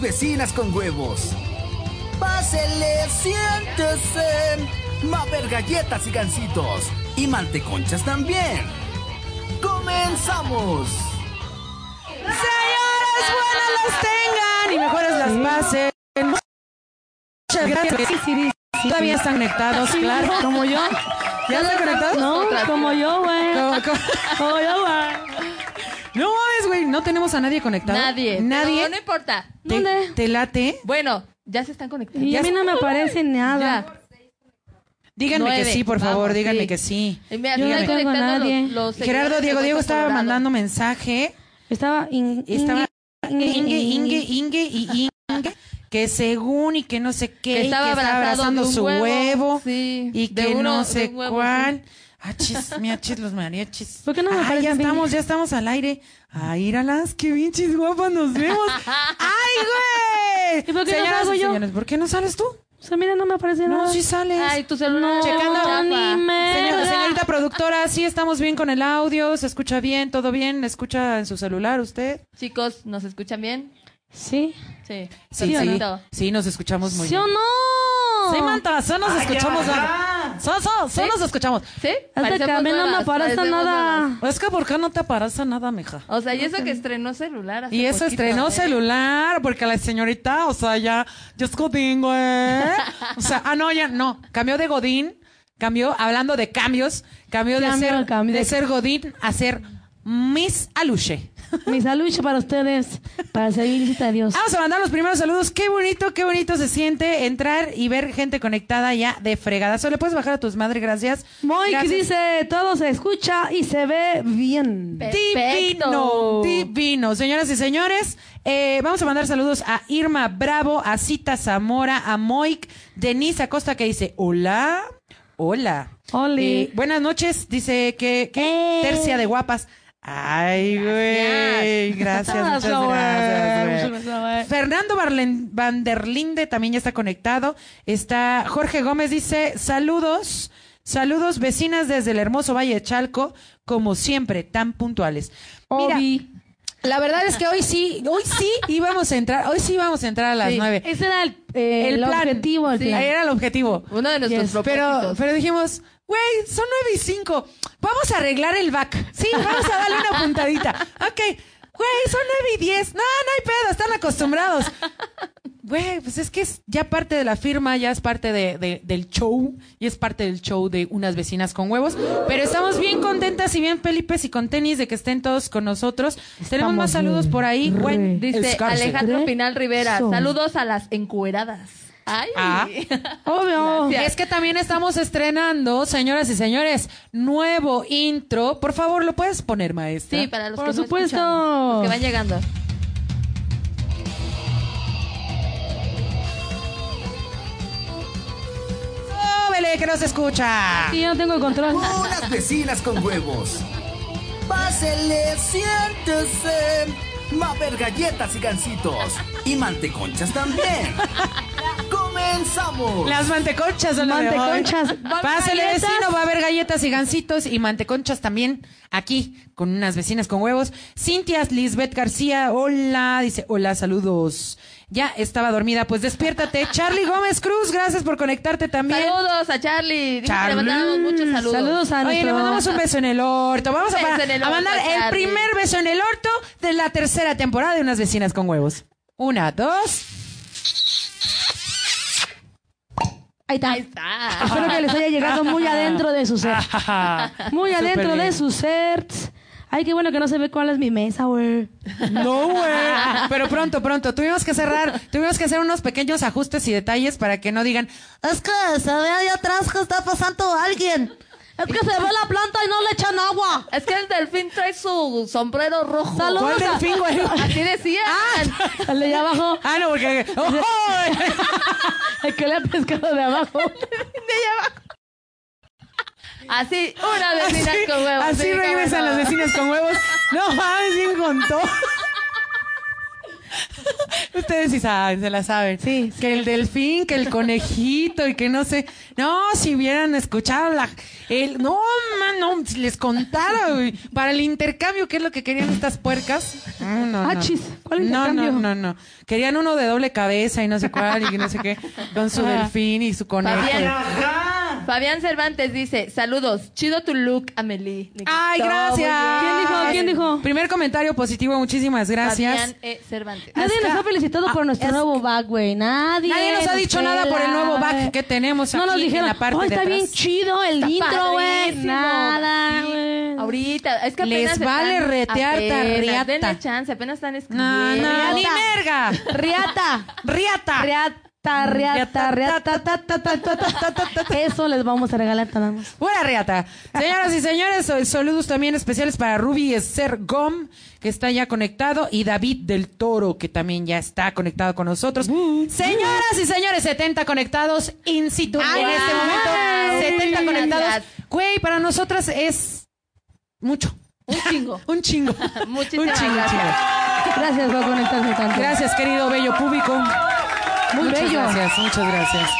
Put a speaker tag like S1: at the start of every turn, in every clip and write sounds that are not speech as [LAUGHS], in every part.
S1: vecinas con huevos. Pásele, siéntese. Va a haber galletas y gancitos. Y manteconchas también. ¡Comenzamos!
S2: Señoras buenas las tengan y mejores las pasen. Muchas gracias. Todavía están conectados, claro.
S3: Como yo.
S2: ¿Ya están conectados?
S3: No, como yo, güey.
S2: Co- co-
S3: Como yo, güey.
S2: No mames, güey. No tenemos a nadie conectado.
S4: Nadie.
S2: Nadie.
S4: No, no importa.
S2: ¿Te, te late?
S4: Bueno, ya se están conectando.
S3: Y
S2: Ya
S3: a mí
S2: está.
S3: no me aparece nada.
S4: Ya.
S2: Díganme que
S4: Nueve.
S2: sí, por favor.
S4: Vamos,
S2: díganme
S4: sí.
S2: que sí.
S4: Eh, mira,
S3: Yo no
S4: están
S3: tengo a
S4: conectando
S3: nadie.
S4: los- los
S2: Gerardo,
S4: seguidores
S2: Diego,
S4: de
S2: Diego estaba
S4: Soldado.
S2: mandando mensaje.
S3: Estaba in-
S2: Estaba
S3: Inge-
S2: Inge, Inge, Inge y Inge, que según y que no sé qué, y
S4: Que
S2: que
S4: estaba abrazado
S2: abrazando
S4: de un
S2: su
S4: huevo,
S2: huevo
S4: sí,
S2: y
S4: de
S2: que
S4: uno-
S2: no
S4: de
S2: sé
S4: un huevo,
S2: cuál. Ah, chis, mira, chis, los mariachis.
S3: [LAUGHS] ¿Por qué no me
S2: Ay, ya
S3: aparecen bien?
S2: estamos, ya estamos al aire. Ay, íralas, qué bien chis guapas nos
S3: [LAUGHS]
S2: vemos. ¡Ay, güey!
S3: ¿Y por qué no
S2: Señoras
S3: salgo
S2: y
S3: yo?
S2: señores, ¿por qué no sales tú?
S3: O sea, mira, no me aparece nada.
S2: No, sí sales.
S4: Ay, tu celular.
S2: Checando.
S4: chafa.
S3: ni me-
S2: Señor-
S3: verga.
S2: señorita productora, sí estamos bien con el audio, se escucha bien, todo bien, escucha en su celular usted.
S4: Chicos, ¿nos escuchan bien?
S3: Sí.
S4: Sí.
S2: Sí, sí,
S4: perfecto.
S2: sí, nos escuchamos muy
S3: ¿Sí
S2: bien.
S3: o no?
S2: Sí, Manta, solo nos escuchamos. Manta. Solo, solo, solo nos escuchamos.
S4: ¿Sí?
S3: Hasta que a
S4: Parecemos
S3: mí no me
S4: nuevas,
S3: aparece
S4: parecemos
S3: nada.
S4: nuevas.
S2: Es que ¿por qué no te aparece nada, mija?
S4: O sea, y eso que estrenó celular. hace
S2: Y eso
S4: poquito,
S2: estrenó
S4: ¿eh?
S2: celular, porque la señorita, o sea, ya, ya es Godín, güey. O sea, ah, no, ya, no, cambió de Godín, cambió, hablando de cambios, cambió de,
S3: Cambio,
S2: ser,
S3: cambio.
S2: de ser Godín a ser Miss Aluche.
S3: Mi salud para ustedes, para servirte a Dios.
S2: Vamos a mandar los primeros saludos. Qué bonito, qué bonito se siente entrar y ver gente conectada ya de fregada. Solo puedes bajar a tus madres, gracias.
S3: Moik
S2: Gracias.
S3: dice, todo se escucha y se ve bien.
S2: Divino,
S4: Perfecto.
S2: divino. Señoras y señores, eh, vamos a mandar saludos a Irma Bravo, a Cita Zamora, a Moik, Denise Acosta que dice, hola, hola.
S3: Oli.
S2: Eh, buenas noches, dice que, que
S3: Eh.
S2: tercia de guapas. Ay, güey.
S3: [LAUGHS]
S2: Gracias, muchas
S3: Gracias, güey.
S2: gracias. güey.
S3: Muchas gracias,
S2: Fernando Barlen- Van der Linde también ya está conectado. Está Jorge Gómez, dice, saludos. Saludos, vecinas desde el hermoso Valle de Chalco, como siempre, tan puntuales. Mira,
S3: Obi.
S2: la verdad es que hoy sí, hoy sí íbamos a entrar, hoy sí íbamos a entrar a las
S4: Sí.
S2: nueve.
S3: Ese era el, eh,
S2: El
S3: el
S2: plan.
S3: objetivo, el
S2: Sí,
S3: plan.
S2: Era el objetivo.
S4: Uno de nuestros
S2: Pero,
S4: propósitos.
S2: pero dijimos, güey, son nueve y cinco. Vamos a arreglar el back. Sí, vamos a darle una puntadita. [LAUGHS] Ok. Güey, son nueve y diez. No, no hay pedo, están acostumbrados. [LAUGHS] Güey, pues es que es ya parte de la firma, ya es parte de, de- del show, y es parte del show de unas vecinas con huevos. Pero estamos bien contentas y bien pelipes y con tenis de que estén todos con nosotros. Tenemos
S3: Estamos
S2: más saludos
S3: bien.
S2: por ahí. Güey,
S3: Re.
S4: Dice
S2: Escarce.
S4: Alejandro
S3: ¿Cree?
S4: Pinal Rivera.
S3: Son.
S4: Saludos a las encueradas. Ay.
S2: Ah.
S3: Obvio.
S4: Gracias.
S2: Es que también estamos estrenando, señoras y señores, nuevo intro. Por favor, ¿lo puedes poner, maestra?
S4: Sí, para los
S3: Por
S4: que no
S3: supuesto.
S4: escucharon, los que van llegando.
S2: ¡Súbele, que no se escucha!
S3: Y yo no tengo el
S2: [LAUGHS]
S3: control.
S1: Unas vecinas con huevos. Pásele, siéntese. Va a haber galletas y gancitos. Y manteconchas también. ¡Comenzamos!
S2: Las manteconchas son las de hoy. [LAUGHS]
S3: Manteconchas.
S2: Pásele,
S3: Galletas.
S2: vecino, va a haber galletas y gancitos y manteconchas también aquí con unas vecinas con huevos. Cintia Lisbeth García, hola, dice, hola, saludos. Ya estaba dormida, pues
S4: [LAUGHS]
S2: despiértate. Charlie Gómez Cruz, gracias por conectarte también.
S4: Saludos a Charlie. Dijo que
S2: Charlie.
S4: le mandábamos muchos saludos.
S3: Saludos a
S2: Oye, le
S3: nuestro-
S2: mandamos un beso en el orto. Vamos a,
S4: Beso
S2: pa-
S4: en el
S2: a
S4: orto,
S2: mandar el
S4: Charlie.
S2: primer beso en el orto de la tercera temporada de Unas Vecinas con Huevos. Una,
S4: [LAUGHS]
S2: dos.
S3: Ahí está.
S4: Ahí está.
S3: Espero que les haya llegado muy adentro de
S2: [LAUGHS]
S3: su ser. Muy
S2: Súper
S3: adentro de
S2: bien.
S3: su ser. Ay, qué bueno que no se ve cuál es mi mesa, güey.
S2: No, güey. Pero pronto, pronto. Tuvimos que cerrar, tuvimos que hacer unos pequeños ajustes y detalles para que no digan, es que se ve ahí atrás que está pasando alguien.
S3: Es que se ve la planta y no le echan agua.
S4: Es que el delfín trae su sombrero rojo.
S2: ¿Cuál delfín, güey?
S4: [LAUGHS] Así decía.
S3: El de allá abajo,
S2: Ah, no, porque... ¡Ojo!
S3: el que le ha pescado
S2: [LAUGHS]
S3: de abajo.
S4: Así, una vecina
S2: así,
S4: con huevos.
S2: [LAUGHS] así
S4: Sí, cómo
S2: regresan
S4: no.
S2: las vecinas con huevos. No mames, bien contó. Ustedes sí saben, se la saben.
S3: Sí, sí.
S2: Que el delfín, que el conejito y que no sé. No, si hubieran escuchado la. El, no, man, no, si les contara, güey. Para el intercambio, ¿qué es lo que querían estas puercas? No, no,
S3: Ah,
S2: no.
S3: chis, ¿cuál
S2: No, no,
S3: intercambio?
S2: no, no. Querían uno de doble cabeza y no sé cuál y no sé qué. Con su
S3: Ajá.
S2: delfín y su conejo.
S4: Fabián, Fabián Cervantes dice, saludos, chido tu look, Amelie. Me
S2: Ay,
S4: gustó,
S2: gracias.
S4: muy bien.
S3: ¿Quién dijo? ¿Quién dijo?
S2: Primer comentario positivo, muchísimas gracias.
S4: Fabián E. Cervantes.
S3: Nadie
S2: Azca-
S3: nos ha felicitado por
S2: Ah,
S3: nuestro
S2: Azca-
S3: nuevo back, güey. Nadie.
S2: Nadie nos ha dicho nada por el nuevo back que tenemos
S3: No
S2: aquí
S3: nos dijeron,
S2: en la parte
S3: "Oh,
S2: de
S3: está
S2: atrás".
S3: bien chido el intro, güey.
S4: Padrísimo.
S3: Nada,
S4: Sí,
S3: güey.
S4: Ahorita, es que
S2: Les
S4: apenas están-
S2: vale retear
S4: apenas,
S2: tarriata.
S4: Denle chance, apenas están
S2: No,
S4: escribiendo.
S2: no, ni
S3: Riata.
S2: merga.
S3: Riata.
S2: Riata.
S3: Riata, riata, riata, ta, ta, ta, ta, ta, ta, ta. Eso les vamos a regalar nada más.
S2: Buena riata. Señoras y señores, so- saludos también especiales para Ruby Ser Gom, que está ya conectado, y David del Toro, que también ya está conectado con nosotros.
S3: Uh.
S2: Señoras y señores, 70 conectados in situ en
S4: wow.
S2: este momento. 70
S4: Muchas
S2: conectados.
S4: gracias.
S2: Güey, para nosotras es mucho.
S4: Un chingo.
S2: Un chingo.
S4: [LAUGHS] Muchísimas
S2: Un chingo,
S4: gracias.
S2: chingo.
S3: Gracias por conectarse tanto.
S2: Gracias, querido bello público.
S3: Muy
S2: muchas
S3: bello.
S2: gracias, muchas gracias.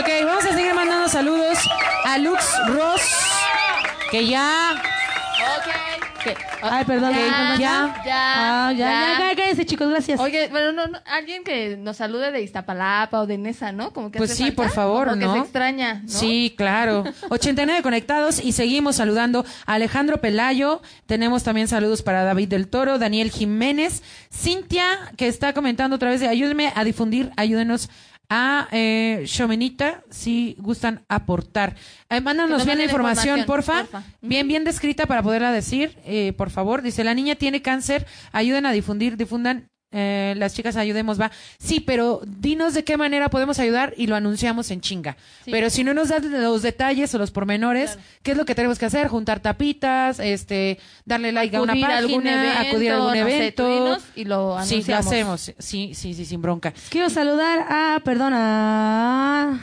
S2: Ok, vamos a seguir mandando saludos a Lux Ross, que ya...
S4: Ok. Ok.
S2: Ah.
S3: Ay, perdón.
S4: Ya,
S3: ¿me
S4: ya,
S3: ya, Ah, ya, ya, ya, cállense, chicos, gracias.
S4: Oye, bueno, no, no, alguien que nos salude de Iztapalapa o de Nesa, ¿no? Como que
S2: Pues
S4: hace
S2: sí,
S4: falta,
S2: por favor,
S4: como
S2: ¿no?
S4: que se extraña, ¿no?
S2: Sí,
S4: [LAUGHS]
S2: claro. 89 conectados y seguimos saludando a Alejandro Pelayo. Tenemos también saludos para David del Toro, Daniel Jiménez, Cintia, que está comentando otra vez de ayúdenme a difundir, ayúdenos a eh, Xomenita, si gustan aportar. Eh, mándanos
S4: Que nos
S2: bien la
S4: manden
S2: información,
S4: información,
S2: porfa.
S4: porfa.
S2: Bien, bien descrita para poderla decir, eh, por favor. Dice, la niña tiene cáncer, ayuden a difundir, difundan. eh, las chicas ayudemos, va. Sí, pero dinos de qué manera podemos ayudar y lo anunciamos en chinga.
S4: Sí.
S2: Pero si no nos das los detalles o los pormenores, ¿qué es lo que tenemos que hacer? Juntar tapitas, este, darle like a una
S4: Acudir a
S2: página,
S4: algún evento,
S2: acudir a algún
S4: no sé,
S2: evento.
S4: tú dinos y lo
S2: sí, lo
S4: anunciamos.
S2: hacemos. Sí, sí, sí, sin bronca.
S3: Quiero saludar a, perdón, a...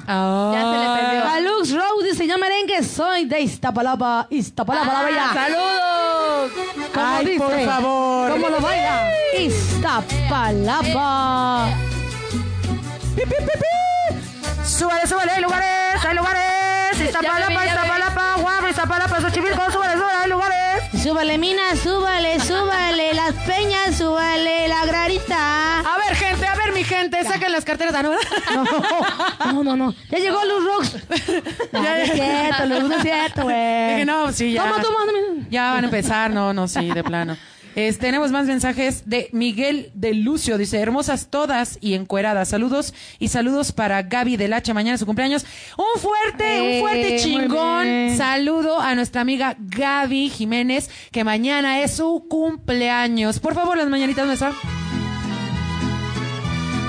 S4: perdió.
S3: A Lux Rose dice, yo merengue soy de Iztapalapa, Iztapalapa la
S2: Ah.
S3: bella.
S4: ¡Saludos!
S3: ¿Cómo
S2: Ay,
S3: dice?
S2: por favor.
S3: ¿Cómo lo baila? Iztapalapa.
S2: Súbale, súbale, hay lugares, hay lugares.
S4: Ya me
S2: Iztapalapa,
S4: vi, ya me vi.
S2: Iztapalapa, guapo, Iztapalapa, Xochimilco, súbale, súbale, hay lugares.
S3: Súbale minas, súbale, súbale las peñas, súbale la granita.
S2: A ver, gente, a ver, mi gente, saquen las carteras. Ah, no,
S3: No, no, no. Ya llegó Luz Rox. No, no es cierto, Luz, no es cierto, güey.
S2: [LAUGHS] Dije, no, sí, ya.
S3: Toma, toma, dame.
S2: Ya van a empezar, no, no, sí, de plano. Es, tenemos más mensajes de Miguel de Lucio. Dice, hermosas todas y encueradas. Saludos y saludos para Gaby del Hacha. Mañana es su cumpleaños. Un fuerte,
S3: Eh,
S2: un fuerte
S3: muy
S2: chingón.
S3: bien.
S2: Saludo a nuestra amiga Gaby Jiménez, que mañana es su cumpleaños. Por favor, las mañanitas, ¿dónde están?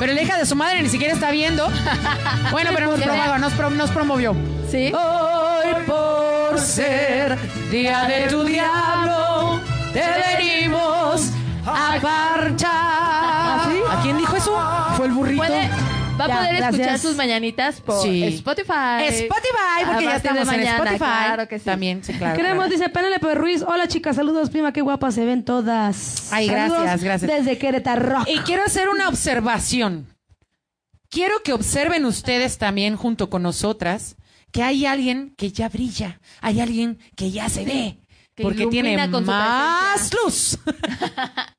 S2: Pero la hija de su madre ni siquiera está viendo.
S3: [LAUGHS]
S2: Bueno, pero nos, promovió, nos, prom- nos promovió.
S4: Sí.
S2: Oh, Hoy por ser día de tu diablo, te venimos a parchar. ¿A quién dijo eso? ¿Fue el burrito?
S4: ¿Ah, Puede- va a
S3: Ya,
S4: poder escuchar
S3: gracias.
S4: sus mañanitas por
S2: Sí.
S4: Spotify.
S2: Spotify, porque
S4: A
S2: ya
S4: partir de
S2: estamos
S4: mañana,
S2: en Spotify.
S4: Claro que sí.
S2: También, sí, claro.
S3: Queremos,
S2: claro.
S3: dice Penélope Ruiz. Hola, chicas, saludos, prima, qué guapas se ven todas.
S2: Ay, gracias,
S3: Saludos
S2: gracias.
S3: Desde Querétaro.
S2: Y quiero hacer una observación. Quiero que observen ustedes también junto con nosotras que hay alguien que ya brilla, hay alguien que ya se ve,
S4: Que
S2: porque tiene
S4: ilumina con su
S2: más luz.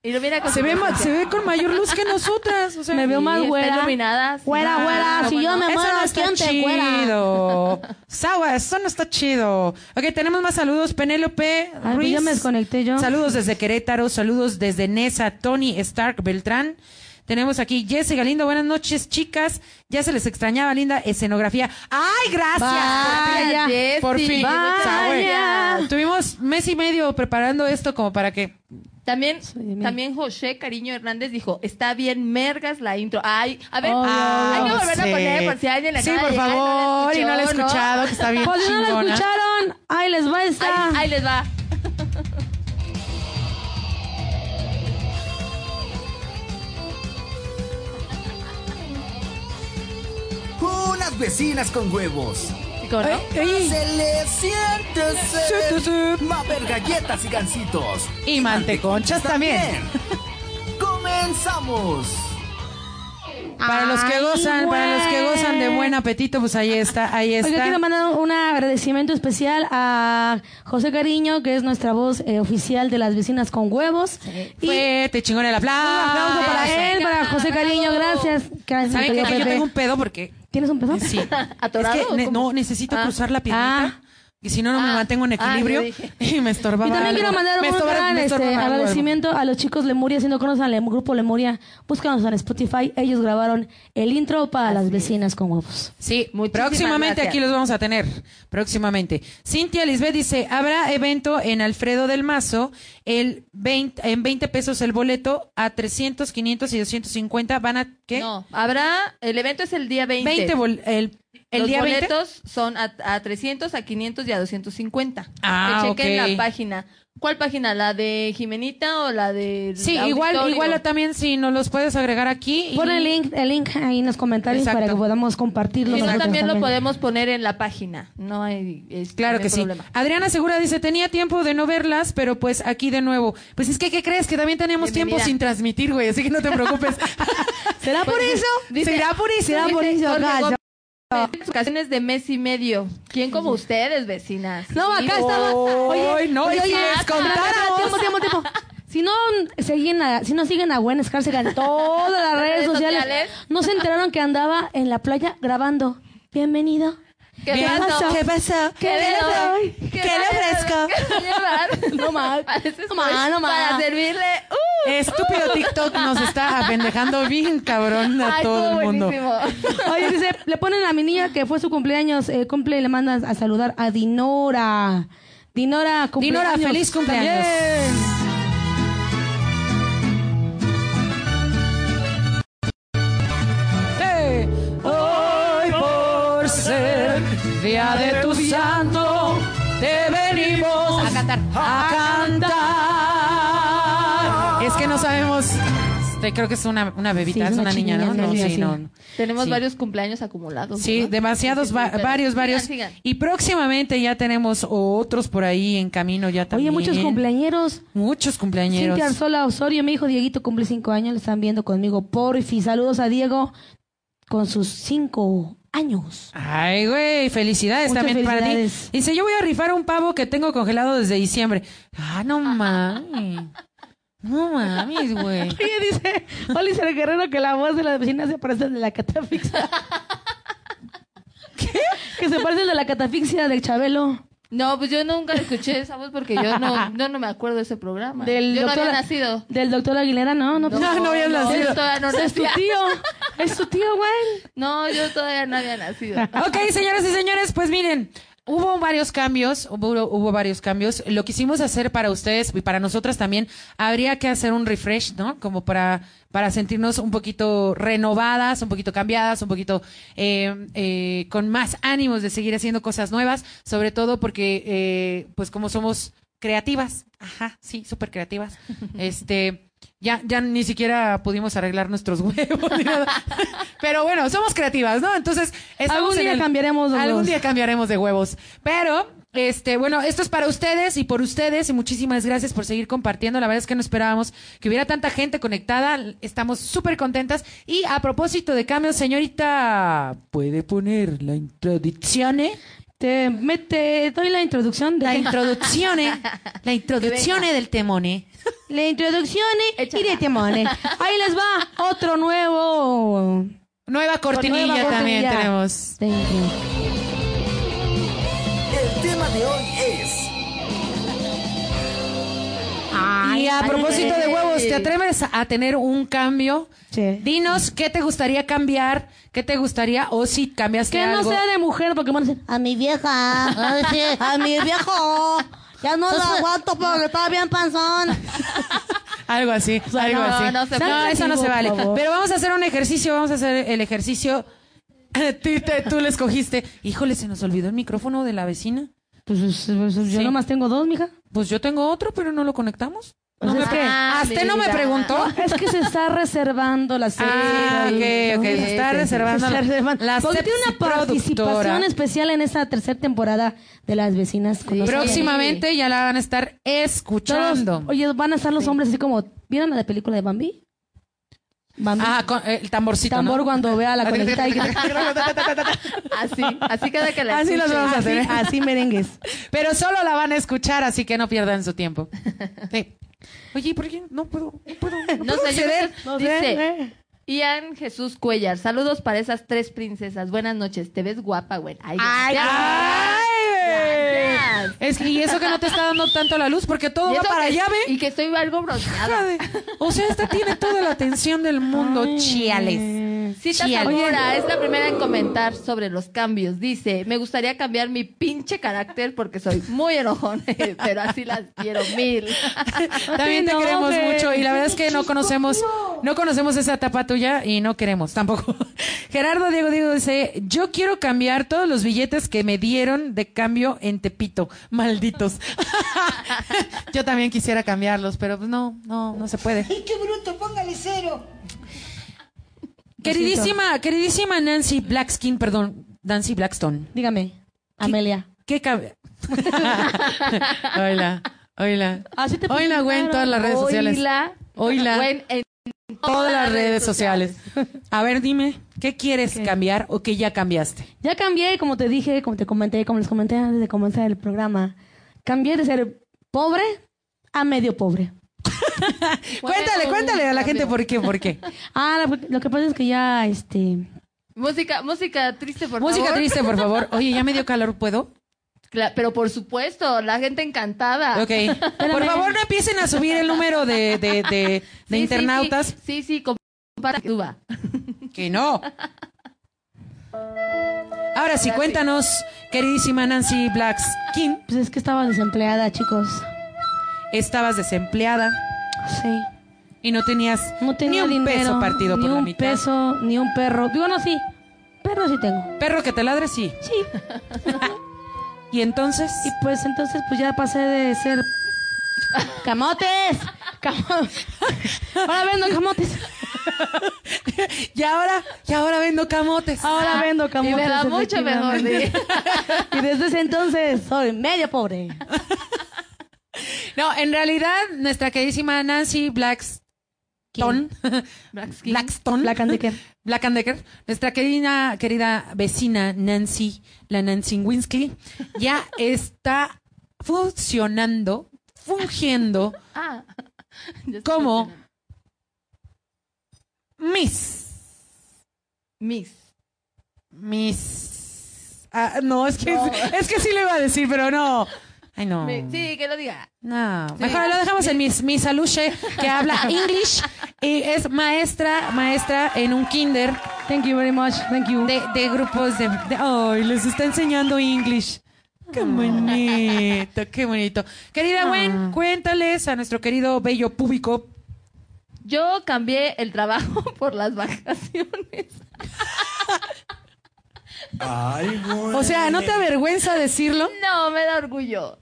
S4: Ilumina con
S2: Se
S4: su
S2: ve, ma-
S4: presencia.
S2: se ve con mayor luz que nosotras. o sea,
S3: Me veo
S4: Sí,
S3: más
S4: está
S3: güera.
S4: iluminada, sí.
S3: Güera,
S4: Ah,
S3: güera, si
S4: bueno.
S3: yo me
S2: Eso
S3: muero,
S2: no está
S3: ¿quién te güera?
S2: chido. Sawa, eso no está chido. Ok, tenemos más saludos. Penélope
S3: Ay, pues
S2: Ruiz.
S3: ya me desconecté yo.
S2: Saludos desde Querétaro, saludos desde Nesa, Tony Stark Beltrán. Tenemos aquí Jesse Galindo, buenas noches, chicas. Ya se les extrañaba, linda escenografía. ¡Ay, gracias!
S3: Vaya.
S4: Jessy,
S2: Por fin.
S4: Vaya.
S2: Sawa. Tuvimos mes y medio preparando esto como para que
S4: También,
S3: Soy de mí.
S4: también José Cariño Hernández dijo, está bien mergas la intro. Ay, a ver,
S3: Oh,
S4: hay que
S2: no
S4: volverla
S2: sé.
S4: a poner por si alguien la
S2: Ah, Sí,
S4: acaba
S2: por
S4: de llegar
S2: favor, y no la he
S4: escuchó,
S2: escuchado, que está bien
S3: Pues si no lo
S2: chingona.
S3: escucharon, ahí les va esta.
S4: Ahí, ahí les va.
S1: Unas vecinas con huevos.
S4: Digo, ¿no?
S2: Ay,
S1: Se le siente
S2: Siéntese.
S1: sed. Va a haber galletas y gancitos.
S2: Y manteconchas también.
S1: Comenzamos.
S2: Para los que
S3: Ay,
S2: gozan, para los que
S3: güey.
S2: gozan de buen apetito, pues ahí está, ahí
S3: Oiga,
S2: está.
S3: quiero mandar un agradecimiento especial a José Cariño, que es nuestra voz eh, oficial de las vecinas con huevos. Y
S2: Fuerte, chingón el
S3: un
S2: aplauso.
S3: aplauso para él, para José Cariño, gracias. Gracias, mi
S2: ¿Saben qué?
S3: querido
S2: Que yo
S3: Pepe.
S2: tengo un pedo porque
S3: ¿Tienes un pedo? [LAUGHS]
S2: sí.
S4: ¿Atorado
S2: Es que
S4: o
S2: ne-
S4: cómo?
S2: no necesito
S4: Ah.
S2: cruzar la piernita.
S3: Ah.
S2: Y si no, no me
S4: Ah.
S2: mantengo en
S4: Ah, yo
S2: equilibrio
S4: dije.
S2: [LAUGHS] y me estorbaba.
S3: Y también
S2: algo.
S3: quiero mandar
S2: Me
S3: un
S2: estorbaba-
S3: gran
S2: me
S3: este,
S2: estorbaba algo.
S3: agradecimiento a los chicos Lemuria, si no conocen al Lem- grupo Lemuria, búscanos en Spotify, ellos grabaron el intro para las vecinas con huevos.
S2: Sí,
S4: Muchísimas
S2: próximamente
S4: gracias.
S2: aquí los vamos a tener. Próximamente. Cintia Lisbeth dice, habrá evento en Alfredo del Mazo, el 20 en 20 pesos el boleto, a 300, 500 y 250 van a, ¿qué?
S4: No, habrá, el evento es el día 20.
S2: 20 bol- el, el
S4: Los
S2: día 20.
S4: boletos son a, a 300, a 500 y a 250.
S2: Ah,
S4: que chequen
S2: ok.
S4: la página. ¿Cuál página? ¿La de Jimenita o la de
S2: Sí, igual, igual también si nos los puedes agregar aquí. y-
S3: Pon el link, el link ahí en los comentarios
S2: Exacto.
S3: para que podamos compartirlo.
S4: Si no,
S3: nosotros
S4: también lo podemos poner en la página. No hay es-
S2: Claro
S4: no hay
S2: que sí.
S4: problema.
S2: Adriana Segura dice, tenía tiempo de no verlas, pero pues aquí de nuevo. Pues es que, ¿qué crees? Que también teníamos tiempo
S4: Bienvenida.
S2: sin transmitir, güey, así que no te preocupes.
S3: ¿Será por eso?
S4: [LAUGHS] dice-
S3: ¿Será por eso? ¿Será por
S4: Dice
S3: eso?
S4: Este, Jorge
S3: Gallo?
S4: Gómez, sus Ocasiones de mes y medio. ¿Quién como ustedes, vecinas?
S3: No, acá estaba.
S2: Ay,
S3: Oye,
S2: no, y
S3: oye,
S2: si les contáramos.
S3: Tiempo, tiempo, tiempo. [LAUGHS] Si no siguen a, si no siguen a Gwen Escárcega en todas las redes sociales,
S4: sociales.
S3: no se enteraron que andaba en la playa grabando. Bienvenido.
S4: ¿Qué
S2: Bien.
S4: pasó?
S2: ¿Qué pasó?
S3: ¿Qué le doy?
S2: ¿Qué le ofrezco? [LAUGHS]
S4: ofrezco?
S3: No más. No más, no más.
S4: Para servirle. ¡Uh!
S2: Estúpido TikTok nos está apendejando bien cabrón a
S4: Ay,
S2: todo
S4: estuvo
S2: el mundo. [LAUGHS]
S4: buenísimo.
S3: Oye, dice, le ponen a mi niña que fue su cumpleaños, eh, cumple y le mandan a saludar a Dinora. Dinora, cumpleaños.
S2: Dinora, feliz cumpleaños.
S3: También.
S2: Hey. Eh, Hoy por ser día de tu santo, te venimos a cantar. Es que no sabemos. Este, creo que es una, una bebita,
S3: Sí,
S2: es una, niña, ¿no?
S3: chiquilla,
S2: No,
S3: sí,
S2: sí,
S3: sí.
S2: no, no.
S4: Tenemos
S2: Sí.
S4: varios cumpleaños acumulados.
S2: Sí,
S4: ¿no?
S2: demasiados,
S4: Sí, sí,
S2: va-
S4: sí, pero-
S2: varios, varios.
S4: Sigan, sigan.
S2: Y próximamente ya tenemos otros por ahí en camino ya
S3: Oye,
S2: también.
S3: muchos cumpleañeros.
S2: Muchos cumpleañeros.
S3: Cintia Arzola Osorio, mi hijo Dieguito cumple cinco años, le están viendo conmigo. Porfi, saludos a Diego con sus cinco años.
S2: Ay, güey, felicidades
S3: Muchas
S2: también para
S3: felicidades.
S2: ti. Dice, yo voy a rifar un pavo que tengo congelado desde diciembre. Ah,
S3: [LAUGHS]
S2: no mames. No mames, güey.
S3: Oye, dice Oliver Guerrero que la voz de la vecina se parece al de
S2: [LAUGHS]
S3: la catafixia. ¿Qué? Que se parece al de la catafixia de Chabelo.
S4: No, pues yo nunca escuché esa voz porque yo
S2: [LAUGHS]
S4: no, yo no me acuerdo de ese programa.
S3: Del
S4: yo no
S3: doctor,
S4: había nacido.
S3: Del doctor Aguilera, no, no. pues-
S2: No, no habías nacido.
S4: Yo todavía no,
S3: Ese es tu
S4: nacía.
S3: tío. [LAUGHS] Es tu tío, güey.
S4: no, yo todavía no
S2: [LAUGHS]
S4: había nacido.
S2: Ok, señoras y señores, pues miren, hubo varios cambios, hubo, hubo varios cambios. Lo quisimos hacer para ustedes y para nosotras también. Habría que hacer un refresh, ¿no? Como para, para sentirnos un poquito renovadas, un poquito cambiadas, un poquito eh, eh, con más ánimos de seguir haciendo cosas nuevas, sobre todo porque, eh, pues como somos creativas, ajá, sí, súper creativas, este... Ya, ya ni siquiera pudimos arreglar nuestros [LAUGHS] huevos. ni nada. Pero bueno, somos creativas, ¿no? Entonces, estamos
S3: Algún
S2: en
S3: día
S2: el-
S3: cambiaremos de
S2: Algún
S3: huevos.
S2: día cambiaremos de huevos. Pero, este, bueno, esto es para ustedes y por ustedes y muchísimas gracias por seguir compartiendo. La verdad es que no esperábamos que hubiera tanta gente conectada. Estamos súper contentas. Y a propósito de cambios, señorita, ¿puede poner la introducción? eh?
S3: Te, me- te doy la introducción de
S2: La introducción, eh. la introducción eh, del temone.
S3: La introducción eh, y
S4: Échala.
S3: de timones. Ahí les va otro nuevo.
S2: Nueva cortinilla también
S3: cortinilla.
S2: tenemos.
S3: Thank
S1: El tema de hoy es
S3: you. Ay,
S2: y a
S3: ay,
S2: propósito de huevos, ¿te atreves a tener un cambio?
S3: Sí.
S2: Dinos qué te gustaría cambiar, qué te gustaría o si cambiaste
S3: Que no
S2: algo.
S3: sea de mujer, porque van a decir, a mi vieja, a mi viejo, ya no lo aguanto porque está bien panzón.
S2: Algo así, algo
S4: no,
S2: así.
S4: no se
S2: No,
S4: puede.
S2: eso no se
S3: Por
S2: vale.
S3: favor.
S2: Pero vamos a hacer un ejercicio, vamos a hacer el ejercicio. [LAUGHS] Tú- tú- tú le escogiste. Híjole, se nos olvidó el micrófono de la vecina.
S3: Pues, pues, pues, yo
S2: Sí.
S3: nomás tengo dos, mija.
S2: Pues yo tengo otro, pero no lo conectamos.
S3: Pues
S2: No
S3: es
S2: me-
S3: que-
S2: Ah, ¿usted no me
S4: mira.
S2: preguntó?
S3: [LAUGHS] Es que se está reservando la serie.
S2: Ah, ok, ok. Se está
S4: Sí, sí, sí.
S2: reservando.
S3: Se está reservando.
S2: la
S3: Porque tiene una
S2: sepsiproductora.
S3: participación especial en esta tercera temporada de Las Vecinas con los
S2: Próximamente ya la van a estar
S3: Todos-
S2: escuchando.
S3: oye, van a estar los hombres así como, ¿vieron la película de Bambi? Bambi.
S2: Ah, con eh, el tamborcito. ¿no?
S3: tambor cuando vea la conecta y [LAUGHS]
S4: Así, así cada que
S2: [LAUGHS]
S4: la
S2: Así las
S4: escuchen.
S2: vamos a
S3: así,
S2: hacer.
S3: así merengues.
S2: Pero solo la van a escuchar, así que no pierdan su
S4: [LAUGHS]
S2: tiempo. Sí. Oye, ¿por qué no puedo? No puedo. No,
S4: No
S2: puedo
S4: sé, yo
S2: acceder.
S4: creo que dice Ian Jesús Cuellar. Saludos para esas tres princesas. Buenas noches. Te ves guapa, güey. Ay,
S2: ah,
S4: gracias.
S2: ¡Ay!
S4: Gracias.
S2: Es que, y eso que no te está dando tanto la luz, porque todo
S4: Y
S2: va
S4: eso
S2: para
S4: que-
S2: allá, ¿ve?
S4: Y que estoy algo bronceada.
S2: Hija de- O sea, esta tiene toda la atención del mundo. Chiales.
S4: Cita Zamora es la primera en comentar sobre los cambios. Dice, me gustaría cambiar mi pinche carácter porque soy muy enojón, [LAUGHS] pero así las quiero mil.
S2: También te
S3: No te
S2: queremos
S3: enojes.
S2: mucho y la verdad es que no conocemos no conocemos esa etapa tuya y no queremos tampoco. [LAUGHS] Gerardo Diego Diego dice, "Yo quiero cambiar todos los billetes que me dieron de cambio en Tepito, malditos." [LAUGHS] Yo también quisiera cambiarlos, pero pues no, no no se puede.
S5: ¡Y qué bruto! ¡Póngale cero!
S2: Queridísima, queridísima Nancy Blackskin, perdón, Nancy Blackstone.
S3: Dígame, Amelia.
S2: ¿Qué cabe? [LAUGHS] Hola. Hola.
S3: Así te
S2: Hola, güey, en todas las redes sociales.
S4: Oíla.
S2: Oíla.
S4: Gwen, en
S2: todas las redes sociales. A ver, dime, ¿qué quieres cambiar o qué ya cambiaste?
S3: Ya cambié, como te dije, como te comenté, como les comenté antes de comenzar el programa. Cambié de ser pobre a medio pobre.
S4: Bueno, pues,
S2: cuéntale, cuéntale a la gente por qué, por qué.
S3: Ah, la- lo que pasa es que ya, este...
S4: música, música triste, por
S2: Música
S4: favor.
S2: triste, por favor. Oye, ya me dio calor, ¿puedo?
S4: Cla- pero por supuesto, la gente encantada.
S2: Ok. Por favor, no empiecen a subir el número de, de, de- de
S4: Sí, sí,
S2: internautas.
S4: Sí, sí, sí, comparte tu va.
S2: Que no. Ahora sí, cuéntanos, queridísima Nancy Blackskin,
S3: Pues es que estaba desempleada, chicos.
S2: estabas desempleada
S3: Sí.
S2: y no tenías
S3: No tenía
S2: ni un peso
S3: dinero,
S2: partido
S3: ni
S2: por la
S3: un
S2: mitad.
S3: peso, ni un perro. Digo, no, sí. Perro sí tengo.
S2: Perro que te ladre, sí.
S3: Sí.
S2: Y entonces...
S3: Y pues entonces pues ya pasé de ser camotes. Camo- [LAUGHS] Ahora vendo camotes.
S2: Y ahora, y ahora vendo camotes.
S3: Ahora vendo
S4: Y
S3: camotes.
S4: me da mucho mejor.
S3: efectivamente.
S2: [LAUGHS]
S3: [LAUGHS] Y desde ese entonces soy medio pobre.
S2: No, en realidad, nuestra queridísima Nancy Blackstone,
S4: sí.
S2: Blackstone,
S3: La candequer.
S2: Black and Decker, nuestra querida, querida vecina Nancy, la Nancy Winsky, ya está funcionando, fungiendo
S4: Ah, [LAUGHS] ya estoy
S2: como
S4: emocionada.
S2: Miss.
S4: Miss.
S2: Miss. Ah, no, es que, es que sí le iba a decir, pero no. Ay, no.
S4: Mi- Sí, que lo diga.
S2: No, mejor lo dejamos en Miss, Miss Aluche, que
S4: [LAUGHS]
S2: habla English y es maestra, maestra en un kinder
S3: Thank you very much. Thank you.
S2: de, de grupos de... de- ¡Ay, les está enseñando English!
S4: Ah.
S2: ¡Qué bonito, qué bonito! Querida Gwen, cuéntales a nuestro querido bello público.
S4: Yo cambié el trabajo [LAUGHS] por las vacaciones.
S1: Ay, güey.
S2: O sea, ¿no te avergüenza decirlo?
S4: No, me da orgullo.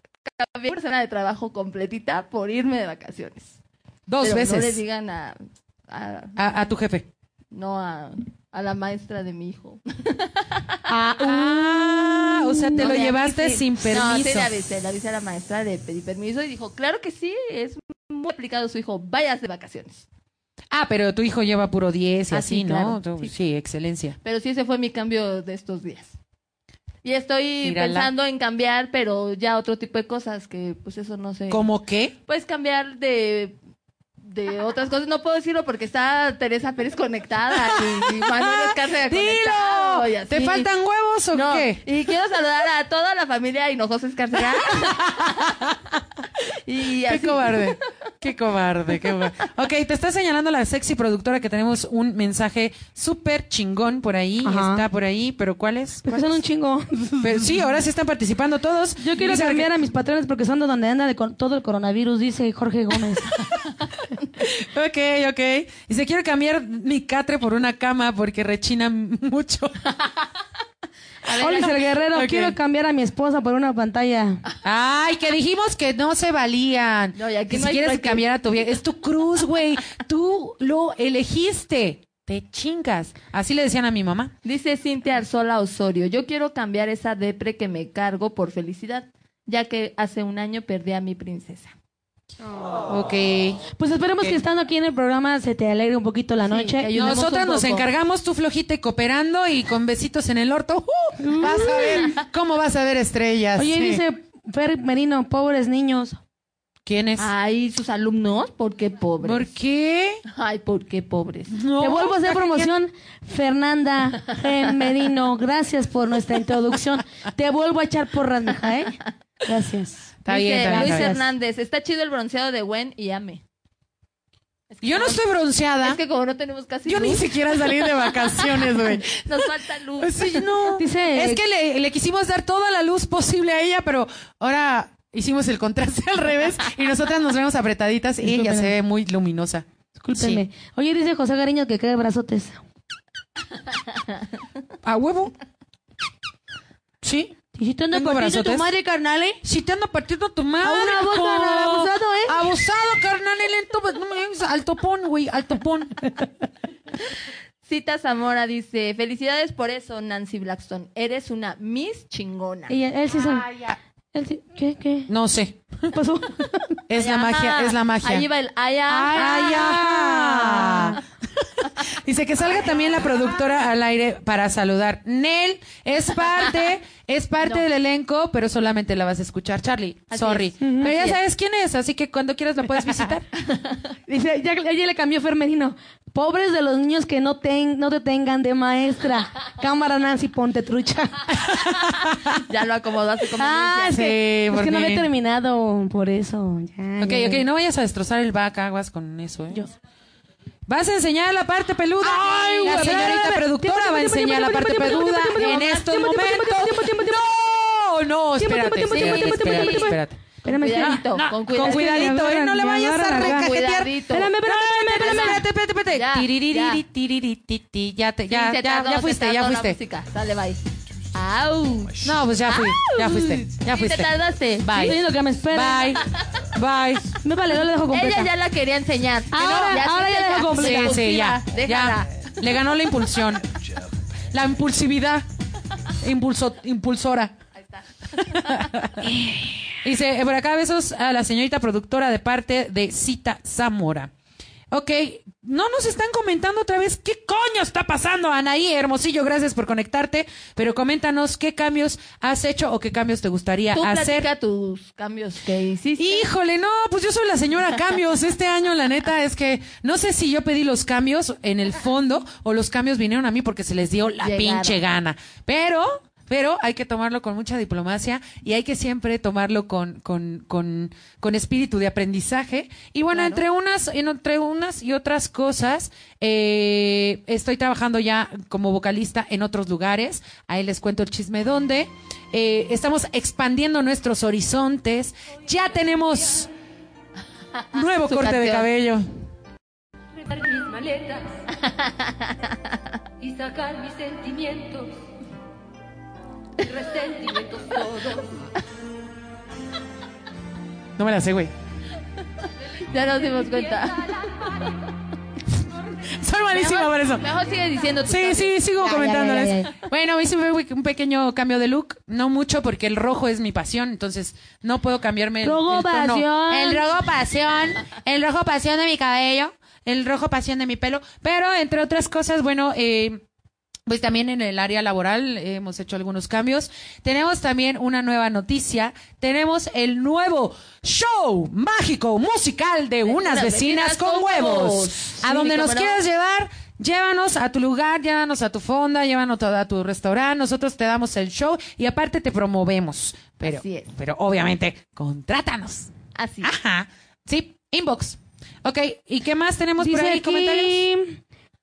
S4: Cambié por semana de trabajo completita por irme de vacaciones.
S2: Dos
S4: Pero No le
S2: veces
S4: digan a, a-
S2: a, a tu jefe.
S4: no a, a la maestra de mi hijo.
S2: Ah, o sea, te
S4: uh, No,
S2: lo
S4: le
S2: llevaste
S4: avisé.
S2: sin permiso.
S4: No, sí le avisé, le avisé a la maestra, le pedí permiso y dijo, claro que sí, es muy aplicado su hijo, vayas de vacaciones.
S2: ah, pero tu hijo lleva puro 10 y
S4: Ah,
S2: así,
S4: sí,
S2: ¿no?
S4: claro,
S2: Tú-
S4: sí.
S2: sí, excelencia.
S4: Pero sí, ese fue mi cambio de estos días. Y estoy
S2: Mírala.
S4: pensando en cambiar, pero ya otro tipo de cosas que pues eso no sé.
S2: ¿Cómo qué?
S4: Puedes cambiar de, de otras cosas. No puedo decirlo porque está Teresa Pérez conectada y, y Manuel
S2: [LAUGHS]
S4: Escárcega conectado y
S2: ¡Dilo!
S4: así.
S2: ¿Te faltan huevos o
S4: No,
S2: qué?
S4: Y quiero saludar a toda la familia
S2: [LAUGHS]
S4: Hinojosa Escárcega. y
S2: Qué
S4: así.
S3: [LAUGHS]
S2: cobarde, qué cobarde, qué cobarde. Ok, te está señalando la sexy productora que tenemos un mensaje súper chingón por ahí,
S3: Ajá.
S2: está por ahí, pero ¿cuál
S3: [LAUGHS]
S2: es?
S3: Porque son un chingo.
S2: Pero sí, ahora sí están participando todos.
S3: Yo quiero
S2: Dice
S3: cambiar a mis patrones porque son de donde anda de con- todo el coronavirus, dice Jorge Gómez.
S2: que- Ok, ok. Dice, quiero cambiar mi catre por una cama porque rechina [LAUGHS] mucho.
S4: A ver,
S3: Olis el Guerrero,
S2: Ok.
S3: quiero cambiar a mi esposa por una pantalla.
S2: Ay, que dijimos que no se valían.
S4: No, y aquí
S2: que
S4: no
S2: si
S4: hay-
S2: quieres
S4: no hay que-
S2: cambiar a tu vieja, es tu cruz,
S4: [LAUGHS]
S2: güey. Tú lo elegiste. Te chingas. Así le decían a mi mamá.
S4: Dice Cintia Arzola Osorio, yo quiero cambiar esa depre que me cargo por felicidad, ya que hace un año perdí a mi princesa.
S6: Ok.
S3: Pues esperemos que estando aquí en el programa se te alegre un poquito la
S4: Sí,
S3: noche.
S4: que ayudemos
S2: Nosotras
S4: un
S2: nos
S4: poco.
S2: encargamos, tú flojita y cooperando y con besitos en el orto. ¡uh! Vas a
S4: [LAUGHS]
S2: ver cómo vas a ver estrellas.
S3: Oye,
S2: Sí.
S3: dice Fer Merino, pobres niños.
S2: ¿Quién es?
S4: Ay, sus alumnos, ¿por qué pobres?
S2: ¿Por qué?
S4: Ay, ¿por qué pobres?
S2: No.
S3: Te vuelvo
S2: [LAUGHS]
S3: a hacer promoción, Fernanda G. Merino. Gracias por nuestra introducción. Te vuelvo a echar porras, mija, ¿eh? Gracias.
S2: Está
S4: Dice
S2: bien, está bien,
S4: Luis
S2: está bien.
S4: Hernández, está chido el bronceado de Gwen y Ame. Es que
S2: Yo no
S4: como-
S2: estoy bronceada.
S4: Es que como no tenemos casi
S2: Yo ni
S4: luz,
S2: siquiera salí de vacaciones,
S4: [LAUGHS]
S2: güey.
S4: nos falta
S2: [LAUGHS]
S4: luz.
S2: Pues Sí, no.
S3: Dice-
S2: Es que le, le quisimos dar toda la luz posible a ella, pero ahora hicimos el contraste al revés y nosotras nos vemos apretaditas y ella se ve muy luminosa.
S3: Discúlpenme. Oye, dice José Gariño que cree brazotes.
S2: Sí. ¿A huevo? Sí.
S3: ¿Y si te andas
S2: Tengo
S3: partiendo
S2: brazotes.
S3: tu madre, carnal, eh?
S2: Si te anda partiendo tu madre.
S3: una voz,
S2: co.
S3: carnal, abusado, ¿eh?
S2: Abusado, carnal, y lento, pues, no me vengas al topón, güey, al topón.
S4: Cita Zamora dice, felicidades por eso, Nancy Blackstone. Eres una Miss chingona.
S3: Ella, él sí sabe. Él sí- ¿Qué, qué?
S2: No sé.
S3: [LAUGHS] ¿Qué pasó?
S2: Es la
S4: Ajá.
S2: magia, es la magia.
S4: Ahí va el aya.
S2: Ay, ajá. Dice que salga también la productora al aire para saludar. Nel es parte, es parte del elenco, pero solamente la vas a escuchar, Charlie.
S4: Así
S2: sorry.
S4: es.
S2: Pero ya
S4: Así es.
S2: sabes quién es, así que cuando quieras la puedes visitar.
S3: Dice, ya, ella le cambió Fer Merino. Pobres de los niños que no, ten- no te tengan de maestra. Cámara Nancy,
S2: [LAUGHS]
S3: ponte trucha.
S4: Ya lo acomodó así como
S3: Ah,
S4: ninja.
S3: es que,
S2: Sí,
S3: es que no
S2: porque-
S3: había terminado por eso. Ya,
S2: ok,
S3: ya,
S2: ok,
S3: ya.
S2: no vayas a destrozar el vaca, aguas con eso, ¿eh?
S3: Yo.
S2: Vas a enseñar la parte peluda.
S3: Ay,
S2: la
S3: güey,
S2: señorita
S3: espérame.
S2: productora va a
S3: Tiempo, tiempo,
S2: enseñar la
S3: tiempo,
S2: parte
S3: tiempo, tiempo,
S2: peluda
S3: tiempo, tiempo,
S2: en
S3: tiempo,
S2: estos
S3: tiempo, tiempo,
S2: momentos.
S3: tiempo, tiempo, tiempo,
S2: No, no,
S3: Tiempo,
S2: espérate,
S3: tiempo, tiempo,
S2: espérate,
S3: tiempo, tiempo,
S2: espérate,
S3: tiempo,
S2: espérate.
S3: Espérame, espérame.
S4: Cuidadito, con
S2: Con
S4: cuidadito.
S2: cuidadito, ¿eh? No le
S3: Me
S2: vayas a
S3: agarran,
S2: recajetear.
S4: cuidadito.
S2: Espérame, espérame,
S3: Espérame,
S2: espérame,
S3: espérame.
S2: espérate, espérate, espérate.
S4: Ya,
S2: Tiririri,
S4: ya.
S2: tiririri, ti, ya te, ya,
S4: Sí, se
S2: ya,
S4: tardó,
S2: ya
S4: se
S2: fuiste, ya
S4: tardó la
S2: fuiste.
S4: música. Dale, bye. Au.
S2: No, pues ya fui, ya fuiste, ya
S4: Sí, Te
S2: fuiste.
S4: tardaste.
S2: Bye.
S3: Estoy diciendo que me espera. [LAUGHS]
S2: Bye, bye.
S3: Me vale, yo la dejo completa.
S4: Ella ya la quería enseñar.
S3: Ahora-
S4: sí,
S3: ahora ya la dejó completa.
S2: [LAUGHS] Sí, sí, ya, ya.
S4: Impulsiva, Déjala.
S2: Le ganó la impulsión. La impulsividad. Impulso, impulsora. [LAUGHS] Dice, eh, por acá besos a la señorita productora de parte de Cita Zamora. Ok, no nos están comentando otra vez qué coño está pasando, Anaí Hermosillo, gracias por conectarte, pero coméntanos qué cambios has hecho o qué cambios te gustaría
S4: Tú
S2: hacer.
S4: platica tus cambios que hiciste.
S2: Híjole, no, pues yo soy la señora cambios. Este año, la neta, es que no sé si yo pedí los cambios en el fondo o los cambios vinieron a mí porque se les dio la
S4: Llegaron.
S2: pinche gana. Pero, pero hay que tomarlo con mucha diplomacia y hay que siempre tomarlo con, con, con, con espíritu de aprendizaje. Y bueno, entre unas, en- entre unas y otras cosas, eh, estoy trabajando ya como vocalista en otros lugares. Ahí les cuento el chisme dónde. Eh, estamos expandiendo nuestros horizontes. Ya tenemos nuevo
S4: [LAUGHS] Su
S2: corte de
S4: canción.
S2: cabello.
S7: apretar mis maletas y sacar mis sentimientos, mis resentimientos todos.
S2: No me la sé, güey.
S4: Ya nos dimos cuenta.
S2: Soy malísima
S4: Mejor-
S2: por eso.
S4: Mejor sigue diciendo tus
S2: Sí,
S4: cambios.
S2: sí, sigo
S4: Ya, ya,
S2: comentándoles.
S4: ya, ya.
S2: Bueno, hice un pe- un pequeño cambio de look, no mucho porque el rojo es mi pasión, entonces no puedo cambiarme el,
S3: Rojo
S2: el tono.
S3: pasión.
S2: El rojo pasión, el rojo pasión de mi cabello, el rojo pasión de mi pelo, pero entre otras cosas, bueno, eh, pues también en el área laboral eh, hemos hecho algunos cambios. Tenemos también una nueva noticia. Tenemos el nuevo show mágico musical de unas vecinas, con huevos. A
S4: Sí,
S2: donde
S4: cómo
S2: nos
S4: no.
S2: quieras llevar, llévanos a tu lugar, llévanos a tu fonda, llévanos a a tu restaurante. Nosotros te damos el show y aparte te promovemos. Pero,
S4: Así es.
S2: pero obviamente, contrátanos.
S4: Así.
S2: Ajá. Sí, inbox. Ok, ¿y qué más tenemos
S3: Dice
S2: por ahí?
S3: aquí,
S2: ¿Comentarios?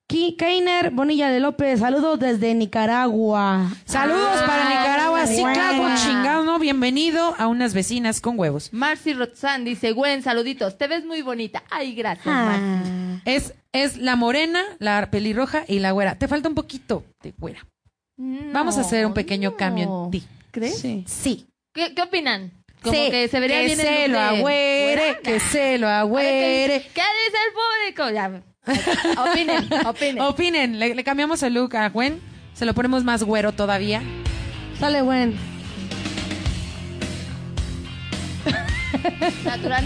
S3: Ki- Keiner Bonilla de López, saludos desde Nicaragua.
S2: Saludos
S4: Ah,
S2: para Nicaragua, sí,
S4: Nicaragua.
S2: claro, chingado, bienvenido a unas vecinas con huevos.
S4: Marcy Rotzán dice, Gwen, saluditos, te ves muy bonita. Ay, gracias, Marcy.
S3: Ah.
S2: Es, es la morena, la pelirroja y la güera. Te falta un poquito de güera.
S4: No,
S2: Vamos a hacer un pequeño
S4: no.
S2: cambio en ti.
S4: ¿Crees?
S3: Sí.
S2: Sí.
S4: ¿Qué, qué opinan? Como
S2: Sí,
S4: que se vería
S2: que
S4: bien el
S2: se lo
S4: look de
S2: agüere,
S4: güerana.
S2: que se lo
S4: A ver, ¿qué,
S2: agüere.
S4: dice- ¿Qué dice el público? Ya. Opinen,
S2: [LAUGHS]
S4: opinen.
S2: Opinen, le, le cambiamos el look a Gwen, se lo ponemos más güero todavía.
S3: Sale, buen.
S4: Natural, natural. [LAUGHS]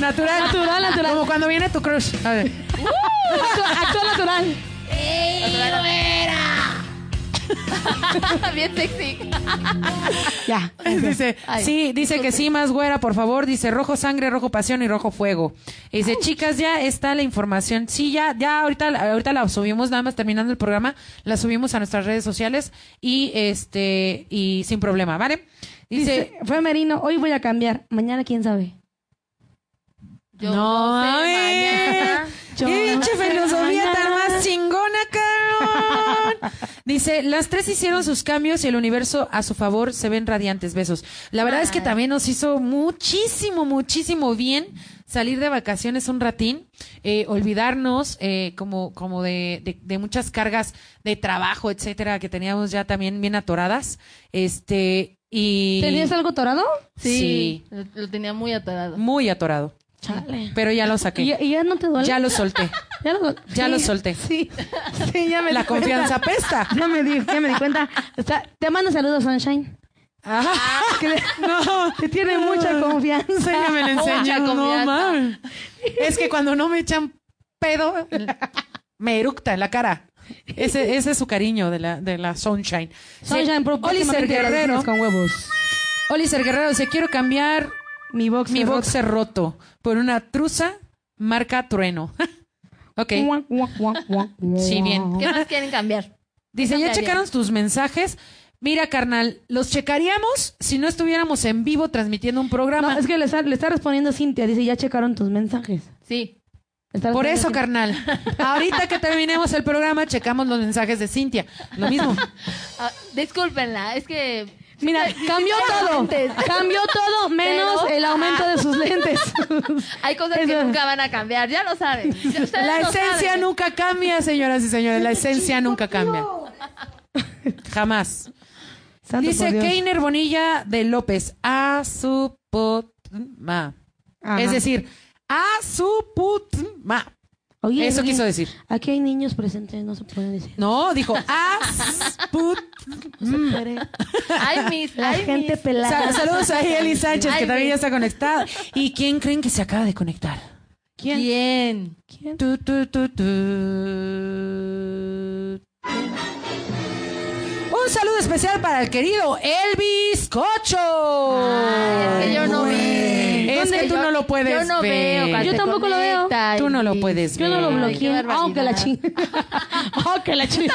S2: Natural.
S3: Natural, natural.
S2: Como cuando viene tu crush. A ver.
S3: Actúa, actúa natural.
S4: Bien sexy.
S3: Ya.
S2: Dice,
S4: [LAUGHS] Ay,
S2: sí, dice que sí, más güera, por favor. Dice, rojo sangre, rojo pasión y rojo fuego. Y dice, chicas, ya está la información. Sí, ya, ya, ahorita, ahorita la subimos, nada más terminando el programa, la subimos a nuestras redes sociales y este, y sin problema, ¿vale?
S4: [LAUGHS]
S2: Dice,
S3: Dice, fue Merino, hoy voy a cambiar. Mañana quién sabe.
S4: Yo
S2: no,
S4: no sé,
S2: eh,
S4: mañana.
S3: Yo
S2: qué pinche
S3: no sé
S2: filosofía
S3: mañana.
S2: tan más chingona, cabrón. Dice, las tres hicieron sus cambios y el universo a su favor se ven radiantes. Besos. La verdad es que
S3: Ah.
S4: Ay.
S2: también nos hizo muchísimo, muchísimo bien salir de vacaciones un ratín, eh, olvidarnos eh, como, como de, de- de muchas cargas de trabajo, etcétera, que teníamos ya también bien atoradas. Este, y.
S3: ¿Tenías algo torado?
S4: Sí, lo- lo tenía muy atorado.
S2: Muy atorado.
S3: Chale.
S2: Pero ya lo saqué.
S3: [LAUGHS] ¿Y, y ya no te duele? [LAUGHS]
S2: ya lo solté.
S3: ya lo,
S2: ya
S3: sí,
S2: lo solté.
S3: Sí, sí, ya me
S2: La
S3: di cuenta.
S2: confianza pesta.
S3: [LAUGHS] Ya me di, ya me di cuenta. Está- te mando saludos, Sunshine. Que le-
S2: No,
S3: te tiene mucha confianza.
S2: enséñame,
S3: [LAUGHS]
S2: le
S4: Mucha
S2: enseño, no
S4: confianza.
S2: mames. Es que cuando no me echan pedo, me eructa en la cara. Ese, ese es su cariño de la, de la Sunshine. Sí,
S3: Sunshine, pro-
S2: Oliver
S3: próximamente
S2: Guerrero.
S3: las con huevos.
S2: Oliver Guerrero dice, quiero cambiar
S3: Mi box.
S2: mi
S3: roto.
S2: boxer roto por una truza marca Trueno. [LAUGHS] ok.
S3: Guau, guau, guau, guau, guau.
S2: Sí, bien.
S4: ¿Qué más quieren cambiar?
S2: Dice, ¿ya
S4: cambiaría?
S2: checaron tus mensajes? Mira, carnal, los checaríamos si no estuviéramos en vivo transmitiendo un
S3: No,
S2: programa.
S3: es que le está, le está respondiendo Cintia. Dice, ya checaron tus mensajes.
S4: Sí.
S3: Le está
S2: Por
S3: respondiendo
S2: eso,
S3: Cintia.
S2: carnal. Ahorita que terminemos el programa, checamos los mensajes de Cintia. Lo
S3: [LAUGHS]
S2: mismo.
S4: Ah, discúlpenla, es que
S3: Mira, cambió todo. Cambió todo menos
S4: Pero-
S3: el aumento de sus
S2: [LAUGHS]
S3: lentes.
S4: hay cosas que
S3: Eso-
S4: nunca van a cambiar, ya lo saben. Ya ustedes
S2: La
S4: lo
S2: esencia
S4: saben.
S2: nunca cambia, señoras y señores. La esencia nunca cambia. [LAUGHS] Jamás.
S3: Santo
S2: Dice
S3: por Dios.
S2: Keiner Bonilla de López. A su putma.
S3: Ajá.
S2: Es decir, a su putma.
S3: Oye,
S2: Eso
S3: oye,
S2: quiso decir.
S3: Aquí hay niños presentes, no se pueden decir.
S2: No, dijo a su put-
S3: No se puede.
S4: Ay, mis,
S3: La
S4: ay,
S3: gente
S4: mis.
S2: Sa-
S3: pelada.
S2: Saludos a Eli Sánchez, que
S4: Ay,
S2: también
S4: mi-
S2: ya está conectada. ¿Y quién creen que se acaba de conectar?
S3: ¿Quién?
S4: Bien.
S3: ¿Quién?
S2: Tu, tu, tu, tu. Un saludo especial para el querido Elvis Cocho.
S4: Ay, es que yo no
S2: güey.
S4: veo.
S2: Es
S4: ¿Dónde?
S2: que tú
S4: Yo-
S2: no lo puedes
S4: Yo no
S2: ver.
S4: veo. cuando
S3: Yo
S4: te
S3: tampoco lo veo.
S4: conectas.
S2: Tú no lo puedes
S3: Yo no lo
S2: Ay,
S3: bloqueé,
S4: qué
S3: aunque la
S4: barbaridad.
S3: chingue.
S2: [LAUGHS]
S3: aunque
S4: [LAUGHS]
S3: la chingue.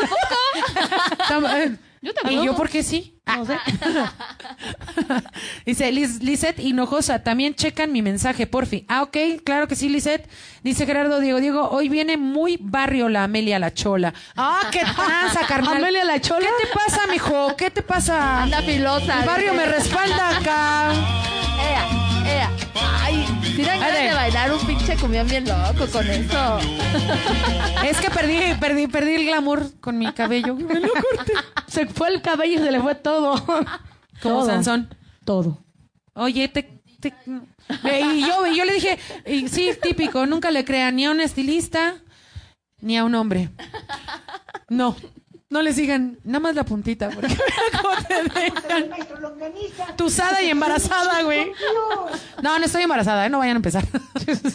S2: Tam- eh,
S4: Yo
S2: ¿Y
S4: tampoco.
S2: yo por qué sí?
S3: No sé.
S2: [LAUGHS] Dice Liz, Lizeth Hinojosa, también checan mi mensaje, porfi. Ah, ok, claro que sí, Lizeth. Dice Gerardo Diego, Diego, hoy viene muy barrio la Amelia la Chola. Ah, qué tranza, carnal.
S3: Amelia la Chola.
S2: ¿Qué te pasa, mijo? ¿Qué te pasa?
S4: Anda filosa.
S2: El barrio me respalda acá.
S4: Ea, ea. Ay, tiran ganas
S2: Ale.
S4: de bailar un pinche cumión bien loco con eso.
S2: Es que perdí, perdí, perdí el glamour con mi cabello. Me lo corté.
S3: Se fue el cabello y se le fue todo.
S2: Como
S3: Todo.
S2: Sansón.
S3: Todo.
S2: Oye, te, te- Ve, y yo, y yo le dije, y sí, típico, nunca le crean ni a un estilista ni a un hombre. No, no les digan nada más la puntita, porque [LAUGHS] vean cómo te dejan.
S5: Maestro Longaniza.
S2: Tusada y embarazada, güey.
S5: Dios.
S2: No, no estoy embarazada, ¿eh? no vayan a empezar.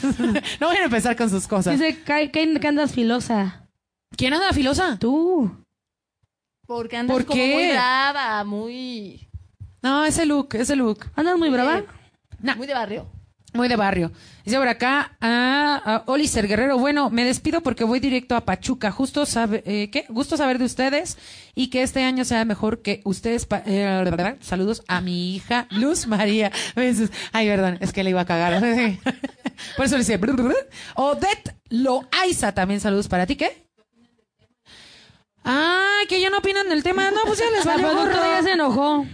S2: [LAUGHS] No vayan a empezar con sus cosas.
S3: Dice, "Kai- Kai, que andas filosa?
S2: ¿Quién anda filosa?
S3: Tú.
S4: Porque andas
S2: ¿Por
S4: como
S2: qué?
S4: muy brava, muy,
S2: No, ese look, ese look.
S3: ¿Andas muy brava?
S2: Nah.
S4: muy de barrio.
S2: Muy de barrio. Dice por acá a, Oliver Guerrero. Bueno, me despido porque voy directo a Pachuca. Justo sabe, eh, ¿qué? Gusto saber de ustedes y que este año sea mejor que ustedes. pa- eh, ¿verdad? Saludos a mi hija Luz María. [LAUGHS] Besos. Ay, perdón, es que le iba a cagar. [LAUGHS] por eso le dice. Odette Loaiza también saludos para ti. ¿Qué? Ah, que ya no opinan del tema. No, pues ya les
S3: [LAUGHS] La
S2: valió gorro.
S3: productora ya se enojó.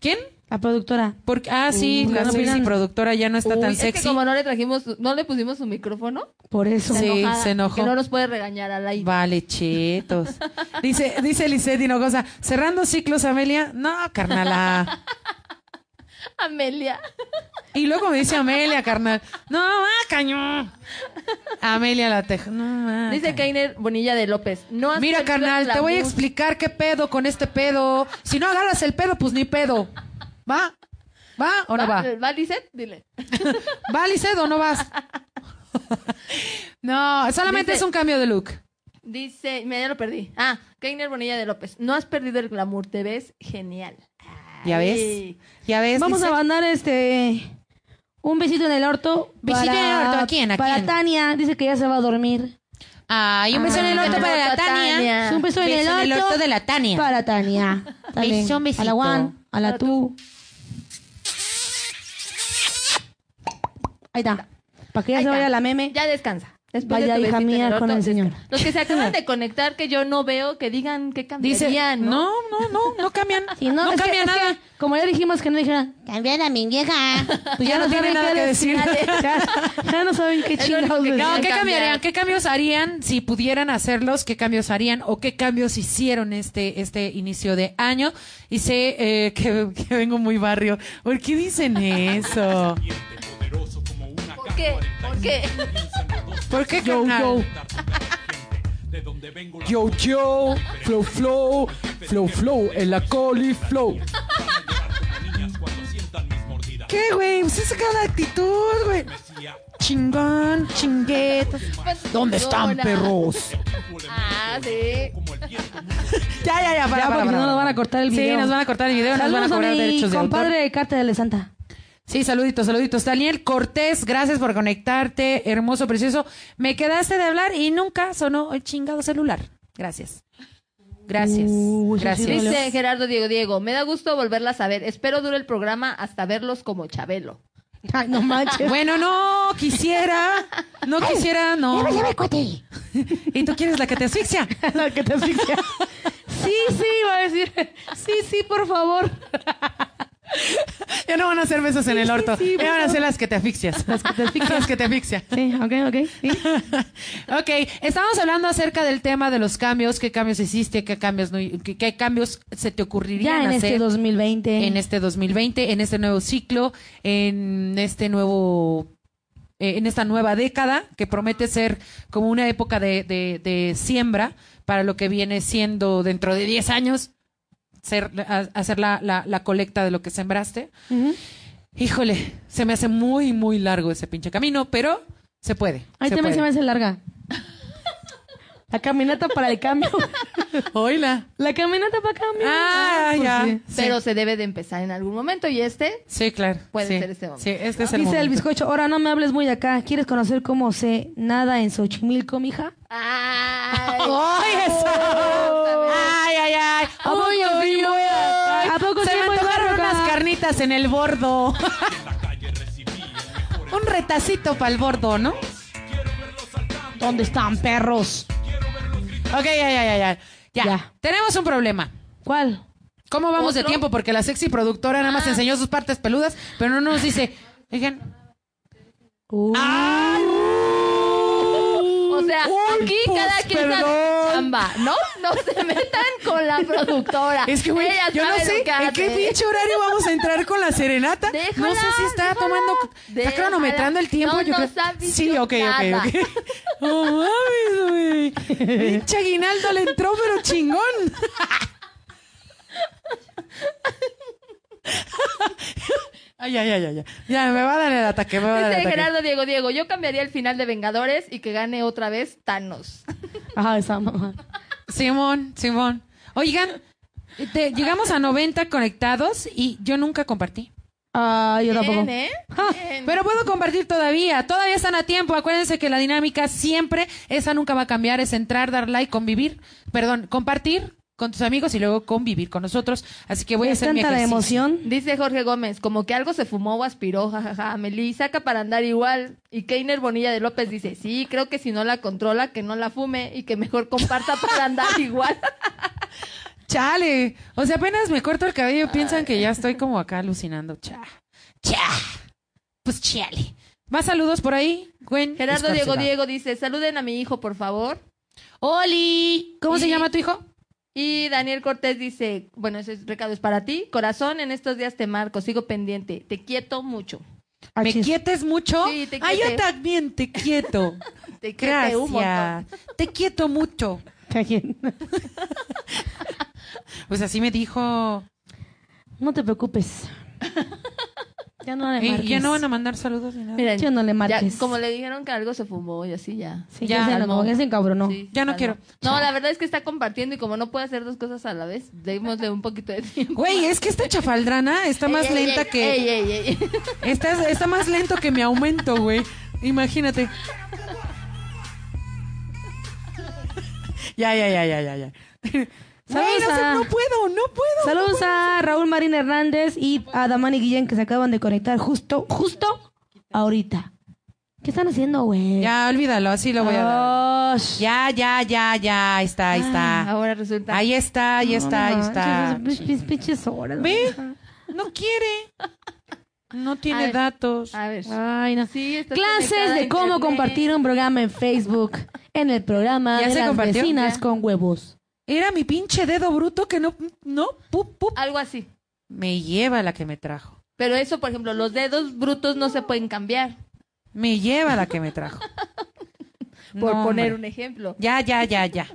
S2: ¿Quién?
S3: La productora.
S2: Porque, ah, sí,
S3: Uy,
S2: la
S3: Mm, no
S2: sexy
S3: opinan.
S2: productora ya no está
S4: Uy,
S2: tan
S4: es
S2: sexy.
S4: que como no le trajimos, no le pusimos su micrófono.
S3: Por eso.
S2: Sí,
S4: enojada,
S2: se enojó.
S4: Que no nos puede regañar al aire.
S2: Vale, chetos. Dice, dice Lisette Hinojosa, cerrando ciclos, Amelia. No, carnala.
S4: Amelia.
S2: Y luego me dice Amelia, carnal. No, ma, cañón. Amelia la teja. No, ma,
S4: Dice
S2: cañón.
S4: Kainer Bonilla de López. No has
S2: Ah, Mira,
S4: perdido
S2: carnal,
S4: la
S2: te voy a
S4: mus-
S2: explicar qué pedo con este pedo. Si no agarras el pedo, pues ni pedo. ¿Va? ¿Va o no va?
S4: ¿Va, Lizeth? Dile.
S2: ¿Va Licedo o no vas? No, solamente
S4: Dice-
S2: es un cambio de look.
S4: Dice, me ya lo perdí. Ah, Keiner Bonilla de López. No has perdido el glamour, te ves genial.
S2: ¿Ya ves?
S4: Ay.
S2: ¿Ya ves?
S3: Vamos
S2: Lice?
S3: a mandar este un besito en el orto.
S2: Besito
S3: para-
S2: en el orto, ¿a quién, a
S3: para
S2: quién?
S3: Tania, dice que ya se va a dormir.
S2: Ay, un beso en el orto
S4: Ah,
S2: para la
S4: orto,
S2: Tania.
S4: Tania.
S3: Es un beso, en, el
S2: Beso
S3: orto
S2: de la Tania.
S3: para Tania. Dale,
S2: [LAUGHS] Beso, un besito.
S3: A la Juan, a la tú. Ahí está. Para que ya
S4: Ahí
S3: se
S4: está.
S3: vaya la meme.
S4: Ya descansa. Después
S3: Vaya
S4: de tu
S3: hija
S4: besito en
S3: mía
S4: el
S3: con
S4: orto,
S3: el señor.
S4: descansa. Los que se acaban de conectar que yo no veo, que digan qué
S2: Dice,
S4: cambiarían, ¿no?
S2: no, no, no, no cambian.
S3: [LAUGHS] Si
S2: no,
S3: es que-
S2: cambia
S3: es que,
S2: nada.
S3: como ya dijimos que
S2: [LAUGHS]
S3: no dijera, cambiar a mi vieja. Pues
S2: Ya no tiene
S3: saben
S2: nada
S3: qué
S2: que
S3: decir.
S2: [LAUGHS] decir.
S3: ya, ya no saben qué
S4: Es lo único
S3: chingados
S4: que
S2: No,
S3: decir.
S4: Podrían
S2: ¿qué
S4: cambiar.
S2: cambiarían? ¿Qué cambios harían si pudieran hacerlos? ¿Qué cambios harían o qué cambios hicieron este este inicio de año? Y sé eh, que, que vengo muy barrio. ¿Por qué dicen eso?
S6: poderoso como una
S4: ¿Por qué? ¿Por qué? [LAUGHS]
S2: ¿Por qué
S6: Yo,
S2: carnal?
S6: yo.
S8: Yo, yo, flow, flow, flow, flow, en la coli, flow.
S2: ¿Qué, güey? Pues esa cada actitud, güey. Chingón, chinguetas.
S8: ¿Dónde están,
S4: Hola.
S8: perros?
S4: Ah, sí.
S2: Ya, ya, ya, para, para,
S3: Ya, porque
S2: para,
S3: no
S2: para.
S3: nos van a cortar el video.
S2: Sí, nos van a cortar el video, nos van
S3: Saludos
S2: a
S3: a
S2: cobrar
S3: mi
S2: derechos de autor.
S3: compadre de Cártel de Santa.
S2: Sí, saluditos, saluditos. Daniel Cortés, gracias por conectarte, hermoso, precioso. Me quedaste de hablar y nunca sonó el chingado celular. Gracias. Gracias.
S3: Uh, eso sí
S2: gracias.
S3: dolió.
S4: Dice Gerardo Diego Diego, me da gusto volverla a saber. Espero dure el programa hasta verlos como Chabelo.
S3: Ay, no manches.
S2: Bueno, no quisiera, no quisiera, no.
S3: cuate.
S2: Y tú quieres la que te asfixia.
S3: La que
S2: [LAUGHS]
S3: te asfixia. Sí, sí, va a decir. Sí, sí, por favor.
S2: Ya no van a hacer besos en el orto.
S3: sí,
S2: Ya van a ser las que te asfixias. Las que te asfixias. Las que te asfixian.
S3: Sí, ok, ok. Sí.
S2: ok, estábamos hablando acerca del tema de los cambios, qué cambios hiciste, qué cambios no, qué, qué cambios se te ocurrirían
S3: Ya en
S2: hacer
S3: este 2020.
S2: en este 2020, en este nuevo ciclo, en este nuevo eh, en esta nueva década que promete ser como una época de, de- de siembra para lo que viene siendo dentro de 10 años ser- a- hacer la, la- la colecta de lo que sembraste.
S3: Ujú.
S2: Híjole, se me hace muy, muy largo ese pinche camino, pero se puede.
S3: Ahí
S2: se
S3: también se me
S2: puede.
S3: hace larga. La caminata para el cambio.
S2: [LAUGHS] Hola.
S3: La caminata para cambio.
S2: Ah,
S3: pues
S2: ya.
S3: sí.
S2: Sí.
S4: Pero se debe de empezar en algún momento
S2: [LAUGHS]
S4: y este
S2: Sí, claro.
S4: Puede
S2: sí.
S4: ser ese momento,
S2: Sí, este es el
S3: Dice el
S2: momento.
S3: bizcocho, ahora no me hables muy de acá. ¿Quieres conocer cómo se nada en Xochimilco, mija?
S4: Ay,
S2: ¡Ay, eso! ¡Ay, ay, ay!
S3: Oh, ¿A poco
S2: ¡Uy,
S3: sí,
S2: uy,
S3: muy-
S2: uy!
S3: a
S2: Ay,
S3: poco
S2: Se
S3: sí,
S2: me
S3: muy
S2: antojaron
S3: barroca?
S2: unas carnitas en el bordo. Un retacito para el bordo, ¿no?
S3: ¿Dónde están, perros?
S2: Ok, ya, ya, ya, ya. Ya.
S3: Ya.
S2: Tenemos un problema.
S3: ¿Cuál?
S2: ¿Cómo vamos de
S4: ¿Otro?
S2: tiempo? Porque la sexy productora nada
S3: Ah.
S2: más enseñó sus partes peludas, pero no nos dice. Oigan.
S3: Uh,
S2: ¡Ay!
S4: O sea,
S2: Uy,
S4: aquí
S2: pues,
S4: cada quien sabe
S2: perdón.
S4: su chamba, ¿no? No se metan con la productora.
S2: Es que, güey,
S4: Ella
S2: yo no
S4: sabe lo
S2: sé
S4: que
S2: en
S4: hace.
S2: qué pinche horario vamos a entrar con la serenata. no sé
S4: Déjala,
S2: si está
S4: déjala,
S2: tomando. Está
S4: déjala.
S2: cronometrando el tiempo.
S4: No
S2: yo creo.
S4: nos ha dicho
S2: Sí, ok,
S4: nada.
S2: ok, ok. [LAUGHS] No mames, güey. Pinche aguinaldo le entró, pero chingón. [LAUGHS] Ay, ay, ay, ay. ay. Ya, me va a dar el ataque, me va a dar el
S4: Dice
S2: ataque.
S4: Gerardo Diego Diego, yo cambiaría el final de Vengadores y que gane otra vez Thanos.
S3: Ajá, Ah, esa mamá.
S2: Simón, Simón. Oigan, te- llegamos a 90 conectados y yo nunca compartí.
S3: Ah, yo tampoco.
S4: Bien, ¿eh? Bien.
S2: Pero puedo compartir todavía, todavía están a tiempo. Acuérdense que la dinámica siempre, esa nunca va a cambiar, es entrar, dar like, convivir, perdón, compartir con tus amigos y luego convivir con nosotros. Así que voy a
S3: Me
S2: hacer mi
S3: encanta la
S2: ejercicio.
S3: emoción.
S4: Dice Jorge Gómez, como que algo se fumó o aspiró, jajaja. Meli saca para andar igual. Y Keiner Bonilla de López dice, sí, creo que si no la controla, que no la fume y que mejor comparta para andar [LAUGHS] igual.
S2: Chale, o sea, apenas me corto el cabello y piensan que ya estoy como acá alucinando. Cha, cha. Pues chale. Más saludos por ahí, Gwen.
S4: Gerardo Diego
S2: Escarcega.
S4: Diego dice, saluden a mi hijo, por favor.
S2: Oli, ¿cómo se
S4: Y-
S2: llama tu hijo?
S4: Y Daniel Cortés dice, bueno, ese recado es para ti. Corazón, en estos días te marco, sigo pendiente. Te quieto mucho.
S2: ¿Me
S3: Achis.
S2: quietes mucho?
S4: Sí, te
S2: Ay, yo
S4: quietes.
S2: también te
S4: [LAUGHS]
S2: quieto.
S4: Te quiete un montón.
S2: Gracias. Te quieto mucho.
S3: Cajín.
S2: Pues así me dijo. [LAUGHS]
S3: No te preocupes. Ya no le
S2: Y
S3: marques.
S2: ya no van a mandar saludos ni nada.
S4: Miren,
S3: Yo no le marques.
S4: ya, como le dijeron que algo se fumó y así ya.
S3: Sí,
S2: Ya,
S3: ya, se enojó,
S4: no.
S3: ya se encabronó.
S4: Sí,
S2: Ya no
S4: calma.
S2: quiero.
S4: No, la verdad es que está compartiendo y como no puede hacer dos cosas a la vez, démosle un poquito
S3: [LAUGHS]
S4: de tiempo.
S2: Güey, es que esta chafaldrana está más
S4: Ey, ey,
S2: lenta
S4: ey,
S2: que.
S4: ey, ey, ey.
S3: [LAUGHS]
S2: Está, está más lento que mi aumento, güey. Imagínate. Ya, ya, ya, ya, ya, ya. Güey, no, sé,
S3: a-
S2: no puedo, no puedo.
S3: Saludos a Raúl Marín Hernández y a Damani Guillén que se acaban de conectar justo, justo ahorita. ¿Qué están haciendo, güey?
S2: Ya, olvídalo, así lo voy a
S4: Oh.
S2: dar.
S3: Osh.
S2: Ya, ya, ya, ya, ahí está, ahí está.
S4: Ah, Ahora resulta.
S2: Ahí está, ahí está, ahí está.
S3: Pinches- pinches- pinches horas.
S2: Ve, no quiere. No
S4: A
S2: tiene
S4: ver,
S2: datos.
S4: A ver.
S3: Ay, no.
S4: Sí, está
S3: Ah. Clases
S4: conectada a
S3: de cómo
S4: internet.
S3: compartir un programa en Facebook. En el programa
S2: Ya
S3: de
S2: se
S3: las
S2: compartió,
S3: vecinas
S2: ya.
S3: con huevos.
S2: Era mi pinche dedo bruto que no, no, pup, pup.
S4: Algo así.
S2: Me lleva la que me trajo.
S4: Pero eso, por ejemplo, los dedos brutos no se pueden cambiar,
S2: Me lleva la que me trajo.
S4: [LAUGHS] por
S2: No, hombre.
S4: poner un ejemplo.
S2: Ya, ya, ya, ya.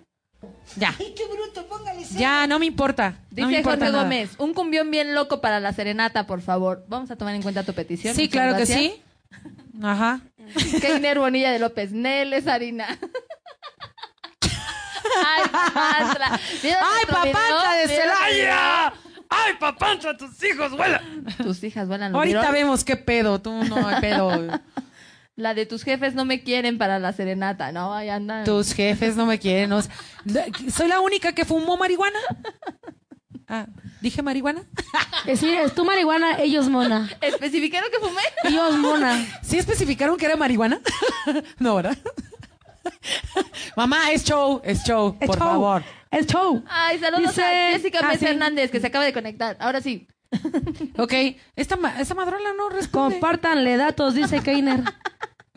S2: Ya,
S5: Este bruto, póngale cero.
S2: ya, no me importa. no me
S4: Dice
S2: importa
S4: Jorge
S2: nada.
S4: Gómez, un cumbión bien loco para la serenata, por favor. Vamos a tomar en cuenta tu petición.
S2: Sí,
S4: muchas
S2: claro que
S4: gracias.
S2: sí. Ajá.
S4: [LAUGHS] Keiner Bonilla de López, Neles Harina. [LAUGHS] Ay, papá.
S2: ¡Ay, papanza de Celaya! ¡Ay, papanza, tus hijos, huela!
S4: Tus hijas vuelan. ¿lo
S2: Ahorita
S4: vieron?
S2: vemos qué pedo, tú no hay pedo.
S4: La de tus jefes no me quieren para la serenata, ¿no? Ahí andan.
S2: Tus jefes no me quieren. o sea, ¿Soy la única que fumó marihuana? Ah, ¿Dije marihuana?
S3: Es decir, es tu marihuana, ellos mona.
S4: ¿Especificaron que
S2: [LAUGHS]
S4: fumé?
S3: Ellos mona.
S2: ¿Sí especificaron que era marihuana? [LAUGHS] No, ¿verdad? Mamá, es show, es show,
S3: Es
S2: por
S3: show.
S2: favor. Ah,
S3: Es show.
S4: Ay, saludos a
S3: Dice-
S4: Jessica
S3: Ah,
S4: Mesa
S3: sí.
S4: Hernández, que se acaba de conectar. Ahora sí.
S2: Ok, esta, ma- esta madrola no responde.
S3: Compártanle datos, dice Keiner.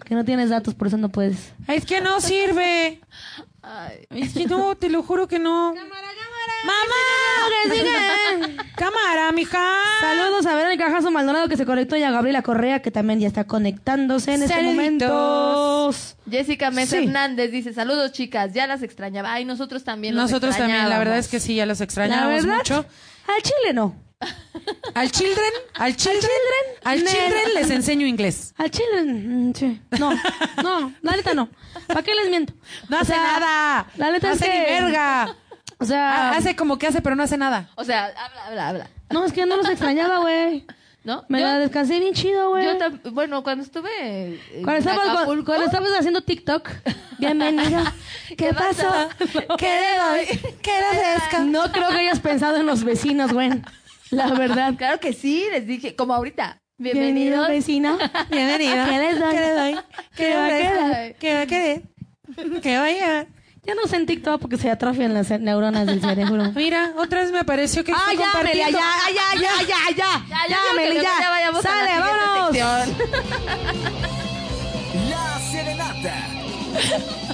S3: Que no tienes datos, por eso no puedes.
S2: Es que no sirve.
S4: Ay.
S2: Es que no, te lo juro que no. Cámara, cámara. Mamá. Cámara, mija.
S3: Saludos a Verónica Cajazo Maldonado que se conectó y a Gabriela Correa que también ya está conectándose en este
S2: Saluditos.
S3: momento.
S4: Jessica Mesa
S2: Sí.
S4: Hernández dice, saludos chicas, ya las extrañaba. Ay, nosotros también. los
S2: Nosotros también, la verdad es que
S4: [LAUGHS] extrañábamos.
S2: sí, ya los
S3: La
S2: extrañamos
S3: verdad,
S2: mucho.
S3: al chile no.
S2: Al children, al children, al
S3: Nel.
S2: children les enseño inglés.
S3: Al chile, mm, sí.
S2: [LAUGHS]
S3: no, no, la neta no. ¿Para qué les miento?
S2: No
S3: O
S2: hace
S3: sea,
S2: nada.
S3: la neta
S2: no
S3: es
S2: hace ni
S3: que-
S2: verga.
S3: O sea,
S2: Ah, hace como que hace, pero no hace
S3: [LAUGHS]
S2: nada.
S4: O sea, habla, habla, habla.
S3: no, es que no los extrañaba, güey.
S4: ¿No?
S3: Me
S4: Yo-
S3: la descansé bien chido, güey.
S4: Yo tam- bueno, cuando estuve eh,
S3: Cuando
S4: en
S3: estabas,
S4: Acapulco,
S3: cuando
S4: [LAUGHS]
S3: estabas haciendo
S2: [LAUGHS]
S3: TikTok, bienvenida. ¿Qué pasó?
S2: ¿Qué le doy? ¿Qué le ofrezco?
S3: No creo que hayas pensado en los vecinos,
S2: [LAUGHS]
S3: güey. La verdad.
S4: claro que sí, les dije, como ahorita.
S3: Bienvenido,
S4: Bienvenidos.
S3: vecina.
S2: Bienvenido.
S3: ¿Qué les doy?
S2: ¿Qué le doy?
S3: ¿Qué va a
S2: ofrezco?
S4: quedar?
S2: ¿Qué va a querer? ¿Qué va a llevar?
S3: Ya no sé en TikTok porque se atrofian las neuronas del
S4: [LAUGHS]
S3: cerebro.
S2: Mira, otra vez me apareció que
S3: Ah,
S2: estoy
S3: ya, Amelia,
S2: compartiendo.
S3: ya, ah, ya, ya, ya, ya.
S4: Ya, yo
S3: Ya, Amelia,
S4: digo que mejor
S3: ya.
S4: ya vayamos a la
S3: Sale,
S4: siguiente
S3: vámonos.
S4: sección.
S1: La serenata.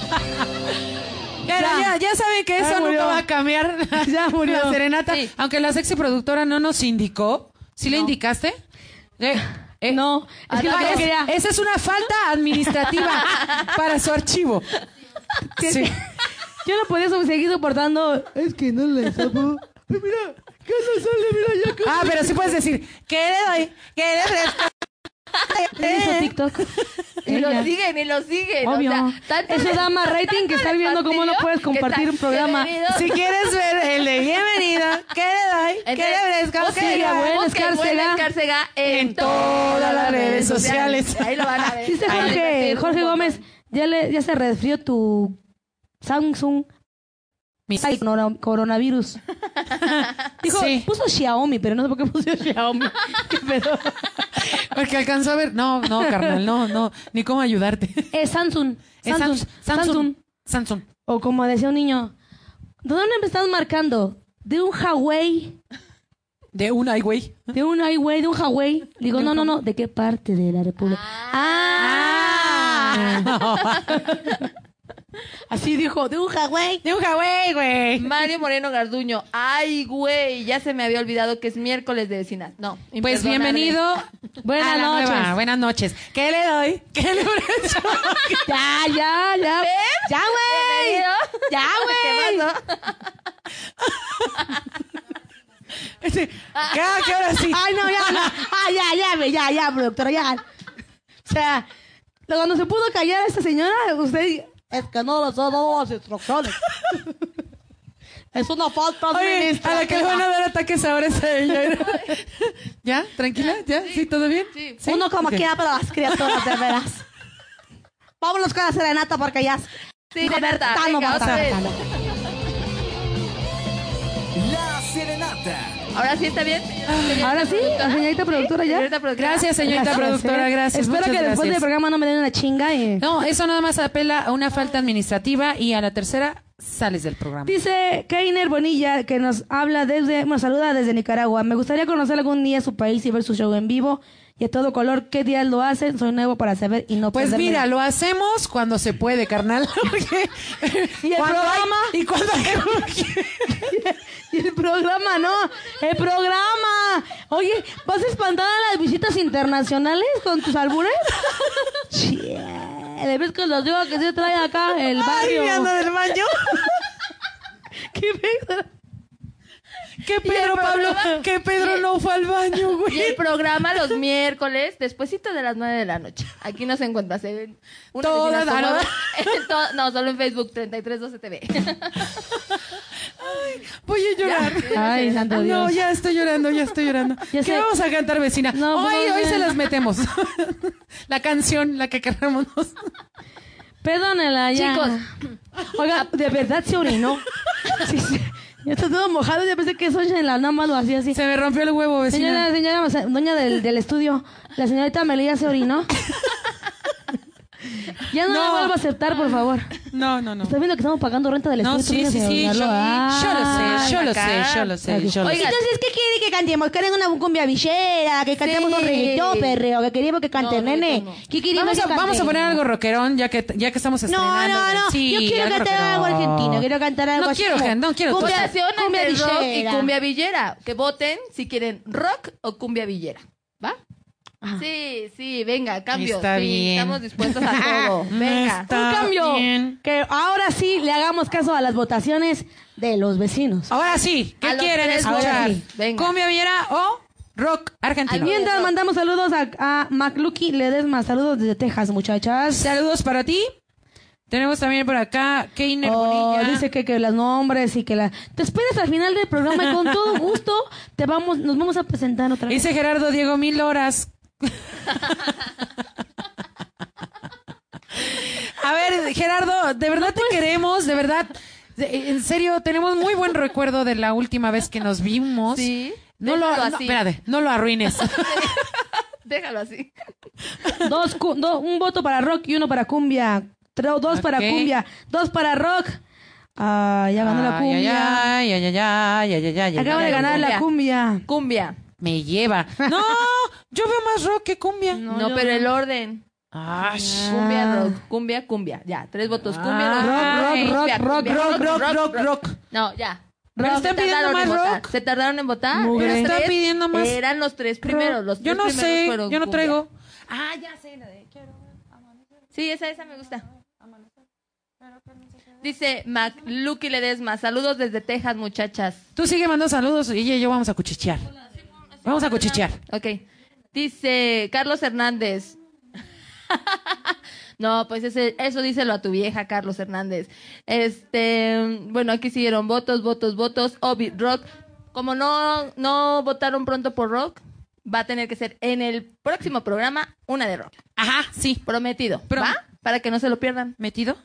S2: Pero ya, ya saben que eso
S3: Ya murió.
S2: nunca va a cambiar.
S3: [LAUGHS] Ya murió.
S2: La serenata.
S4: Sí.
S2: Aunque la sexy productora no nos indicó. ¿Sí le indicaste? Eh, eh,
S3: No, es que lo que yo
S2: es-
S3: quería.
S4: Eh.
S2: Esa es una falta administrativa para su archivo. Sí.
S3: Yo no podía so- seguir soportando. Es que no le sapo. Mira, que no sale, mira, ya
S2: Ah, pero sí puedes decir, ¿qué le doy? ¿Qué le ofrezco? eh,
S3: ¿Qué hizo TikTok?
S4: Eh. Y lo
S3: Ella.
S4: siguen, y lo siguen.
S3: Obvio.
S4: O sea, tanto-
S3: Eso da más rating que estar viendo cómo no puedes
S4: que
S3: compartir
S4: está-
S3: un programa.
S4: bienvenido.
S2: Si quieres ver el de bienvenida, ¿qué le doy? ¿Qué
S4: Entonces,
S2: le ofrezco? ¿Qué
S4: busquen-
S2: le
S3: Sigue a
S2: doy?
S3: Buen
S4: busquen
S3: Escárcega.
S4: Buen Escárcega en,
S2: En todas las redes sociales.
S4: Ahí lo van a ver.
S3: Dice
S4: Se van a
S3: Jorge,
S4: divertir un
S3: Jorge
S4: montón.
S3: Gómez, ya, le, ya se resfrió tu Samsung
S2: Mi-
S3: Ay, corona- [LAUGHS] coronavirus. Dijo,
S2: Sí.
S3: puso Xiaomi, pero no sé por qué puso [LAUGHS] Xiaomi. Qué pedo.
S2: Porque alcanzó a ver. No, no, carnal, no, no. Ni cómo ayudarte.
S3: Es Samsung.
S2: Es
S3: Samsung.
S2: Samsung.
S3: Samsung.
S2: Samsung.
S3: O como decía un niño, ¿de dónde me estás marcando? De un Huawei.
S2: De un highway.
S3: De un Huawei, de un Huawei. Ah. Digo, no, no, no. ¿De qué parte de la República? Ah. Así dijo, de un [LAUGHS] Huawei.
S2: De un Huawei, güey.
S4: Mario Moreno Garduño. Ay, güey, ya se me había olvidado que es miércoles de vecinas. No.
S2: Pues
S4: imperdonable.
S2: bienvenido.
S3: Buenas
S2: a la
S3: noches.
S2: nueva. Buenas noches. ¿Qué le doy? ¿Qué le ofrezco?
S3: Ya, ya, ya. Ya, güey. [LAUGHS]
S4: Bienvenido.
S3: Ya,
S4: ¿Qué
S3: güey.
S4: pasó?
S2: Ese, Este, cada que ahora sí.
S3: Ay, no, ya, no. Ay, ya, ya, ve, ya, ya, productora, ya. O sea, lo- cuando se pudo callar esta señora, usted es que no les ha dado las instrucciones. es una falta
S2: Oye, a la que le van a
S3: administrativa.
S2: dar ataques ahora es a ella. [LAUGHS] ¿Ya? ¿Tranquila? ¿Ya? ¿Sí? ¿Todo bien?
S4: Sí.
S3: Uno como
S2: Ok.
S3: queda para las criaturas, de
S2: [LAUGHS]
S3: veras. Vámonos con la serenata porque ya...
S4: Sí,
S3: Dijo
S4: Renata,
S3: Bertano,
S4: venga, otra
S3: Bertano,
S4: vez.
S3: Bertano.
S1: La serenata.
S4: Ahora sí está bien. señora?
S3: Ahora sí, la señorita productora ya.
S4: Señorita productora.
S2: Gracias, señorita productora, gracias.
S3: ¿eh? Espero
S2: muchas
S3: que después
S2: gracias.
S3: del programa no me den una chinga ¿eh? y...
S2: No, eso nada más apela a una falta administrativa y a la tercera sales del programa.
S3: Dice Keiner Bonilla que nos habla desde, bueno, saluda desde Nicaragua. Me gustaría conocer algún día su país y ver su show en vivo y a todo color. ¿Qué días lo hacen? Soy nuevo para saber y no
S2: Pues
S3: perderme.
S2: mira, lo hacemos cuando se puede, carnal. [LAUGHS] porque-
S3: ¿Y el
S2: cuando hay-
S3: programa?
S2: y cuando [LAUGHS] hay-
S3: [LAUGHS] Y el programa, no, el programa. Oye, ¿vas a espantar a las visitas internacionales con tus [LAUGHS] albures? Chie. ¿Ves que los digo que se trae acá el barrio?
S2: Ay, me anda del [LAUGHS] baño.
S3: ¿Qué pedo?
S2: Que Pedro Pablo,
S4: programa?
S2: que Pedro no fue al baño,
S4: Y el
S2: güey.
S4: programa los miércoles, despuesito de las 9 de la noche. Aquí nos encuentras en una
S2: Toda
S4: vecina
S2: la
S4: como-
S2: noche.
S4: [LAUGHS] en to- No, solo en Facebook
S2: [LAUGHS]
S4: 3312 TV.
S2: Voy a llorar. Ah,
S3: Ay, santo
S2: No,
S3: Dios.
S2: ya estoy llorando, ya estoy llorando.
S3: [LAUGHS] Ya
S2: ¿Qué
S3: sé.
S2: vamos a cantar, vecina?
S3: No,
S2: hoy,
S3: pues,
S2: hoy
S3: no.
S2: se las metemos. [LAUGHS] la canción, la que queramos.
S3: Perdónela ya.
S4: Chicos.
S3: Oiga, de verdad se orinó. Sí, sí. Ya está todo mojado. Ya pensé que eso en la nada más lo hacía así.
S2: Se me rompió el huevo, vecina.
S3: Señora, señora, o sea, doña del, del estudio, la señorita Melilla se [LAUGHS] orinó. ya no, la
S2: No.
S3: vuelvo a aceptar, por favor.
S2: No, no, no.
S3: ¿Estás viendo que estamos pagando renta del
S2: No, sí,
S3: estudio?
S2: sí, sí. Yo, yo lo
S3: Ah,
S2: sé, yo lo sé, yo lo sé, yo lo sé.
S4: Oiga.
S3: Entonces, ¿qué quiere que cantemos? ¿Quieren una cumbia villera? ¿Que cantemos
S4: Sí.
S3: un reggaetón, perreo? ¿Que queremos que cante
S4: No,
S3: nene?
S4: reggaetón no.
S3: ¿Qué queremos
S2: Vamos
S3: que
S2: a,
S3: cante?
S2: vamos a poner algo rockerón, ya que, ya que estamos
S3: No,
S2: estrenando.
S3: no, no.
S2: Sí,
S3: Yo quiero
S2: algo
S3: cantar algo
S2: rockerón.
S3: argentino. Quiero cantar algo
S2: No
S3: así
S2: quiero,
S3: como
S2: gen- no quiero
S3: cumbia-
S2: cosas.
S4: Votación
S3: cumbia
S4: entre rock y
S3: villera.
S4: cumbia villera. Que voten si quieren rock o cumbia villera. ¿Va?
S3: Ajá.
S4: Sí, sí, venga, cambio.
S2: Ah. Está
S4: Sí,
S2: bien.
S4: Estamos dispuestos a
S2: [LAUGHS]
S4: todo.
S2: Mm,
S4: Venga.
S2: está
S3: Un cambio.
S2: bien.
S3: Que ahora sí le hagamos caso a las votaciones de los vecinos.
S2: Ahora sí,
S4: A
S2: ¿qué
S4: los
S2: quieren
S4: tres
S2: escuchar?
S4: goles. Venga.
S2: ¿Cumbia villera o rock argentino?
S4: Al-
S3: Mientras
S4: Eso.
S3: mandamos saludos a, a McLucky Ledesma. Saludos desde Texas, muchachas.
S2: Saludos para ti. Tenemos también por acá Keiner
S3: Oh,
S2: Bonilla.
S3: dice que, que los nombres y que la... Te esperas al final del programa y con todo gusto te vamos, nos vamos a presentar otra vez.
S2: Dice Gerardo Diego Mil Horas. A ver, Gerardo, de verdad te queremos, de verdad. de- En serio, tenemos muy buen recuerdo de la última vez que nos vimos.
S4: Sí.
S2: No lo,
S4: Déjalo
S2: no,
S4: así.
S2: espérate, no lo arruines.
S4: Déjalo así.
S3: [LAUGHS] Dos, cu- do- un voto para rock y uno para cumbia. Tro- dos para
S2: Ok.
S3: cumbia, dos para rock. Ah, ya ganó
S2: [LAUGHS]
S3: la
S2: Ay,
S3: cumbia.
S2: ay, ay, ay, ay, ay, ay, ay,
S3: Acaba
S2: ay,
S3: de
S2: ay,
S3: ganar la
S4: cumbia.
S3: cumbia. [LAUGHS]
S4: Cumbia.
S2: Me lleva. No, yo veo más rock que cumbia.
S4: No, pero el orden.
S2: Ay,
S4: Cumbia, rock, cumbia, cumbia. Ya, tres votos. Cumbia, rock,
S2: Ay.
S4: rock, cumbia,
S2: Ah. rock,
S4: cumbia,
S2: rock, rock, rock, rock.
S4: No, ya.
S2: Pero
S4: Rock.
S2: están
S4: Se
S2: pidiendo
S4: tardaron en
S2: más
S4: votar.
S2: rock.
S4: Se tardaron en votar.
S2: Mugre.
S4: Los
S2: Está
S4: tres
S2: pidiendo más
S4: Eran los tres primeros. Los
S2: yo
S4: tres
S2: no
S4: primeros
S2: sé,
S4: fueron
S2: yo no
S4: cumbia.
S2: traigo.
S4: Ah, ya sé. La de quiero ver amanecer. Sí, esa, esa me gusta. Dice Mac Lucky Ledesma. Saludos desde Texas, muchachas.
S2: Tú sigue mandando saludos y ella y yo vamos a cuchichear. Vamos a cuchichear.
S4: Ok. Dice Carlos Hernández. [LAUGHS] no, pues ese, eso díselo a tu vieja, Carlos Hernández. Este, bueno, aquí siguieron votos, votos, votos. Obi Rock. Como no, no votaron pronto por Rock, va a tener que ser en el próximo programa una de Rock.
S2: Ajá, sí.
S4: Prometido.
S2: Prom-
S4: ¿Va? Para que no se lo pierdan.
S2: ¿Metido?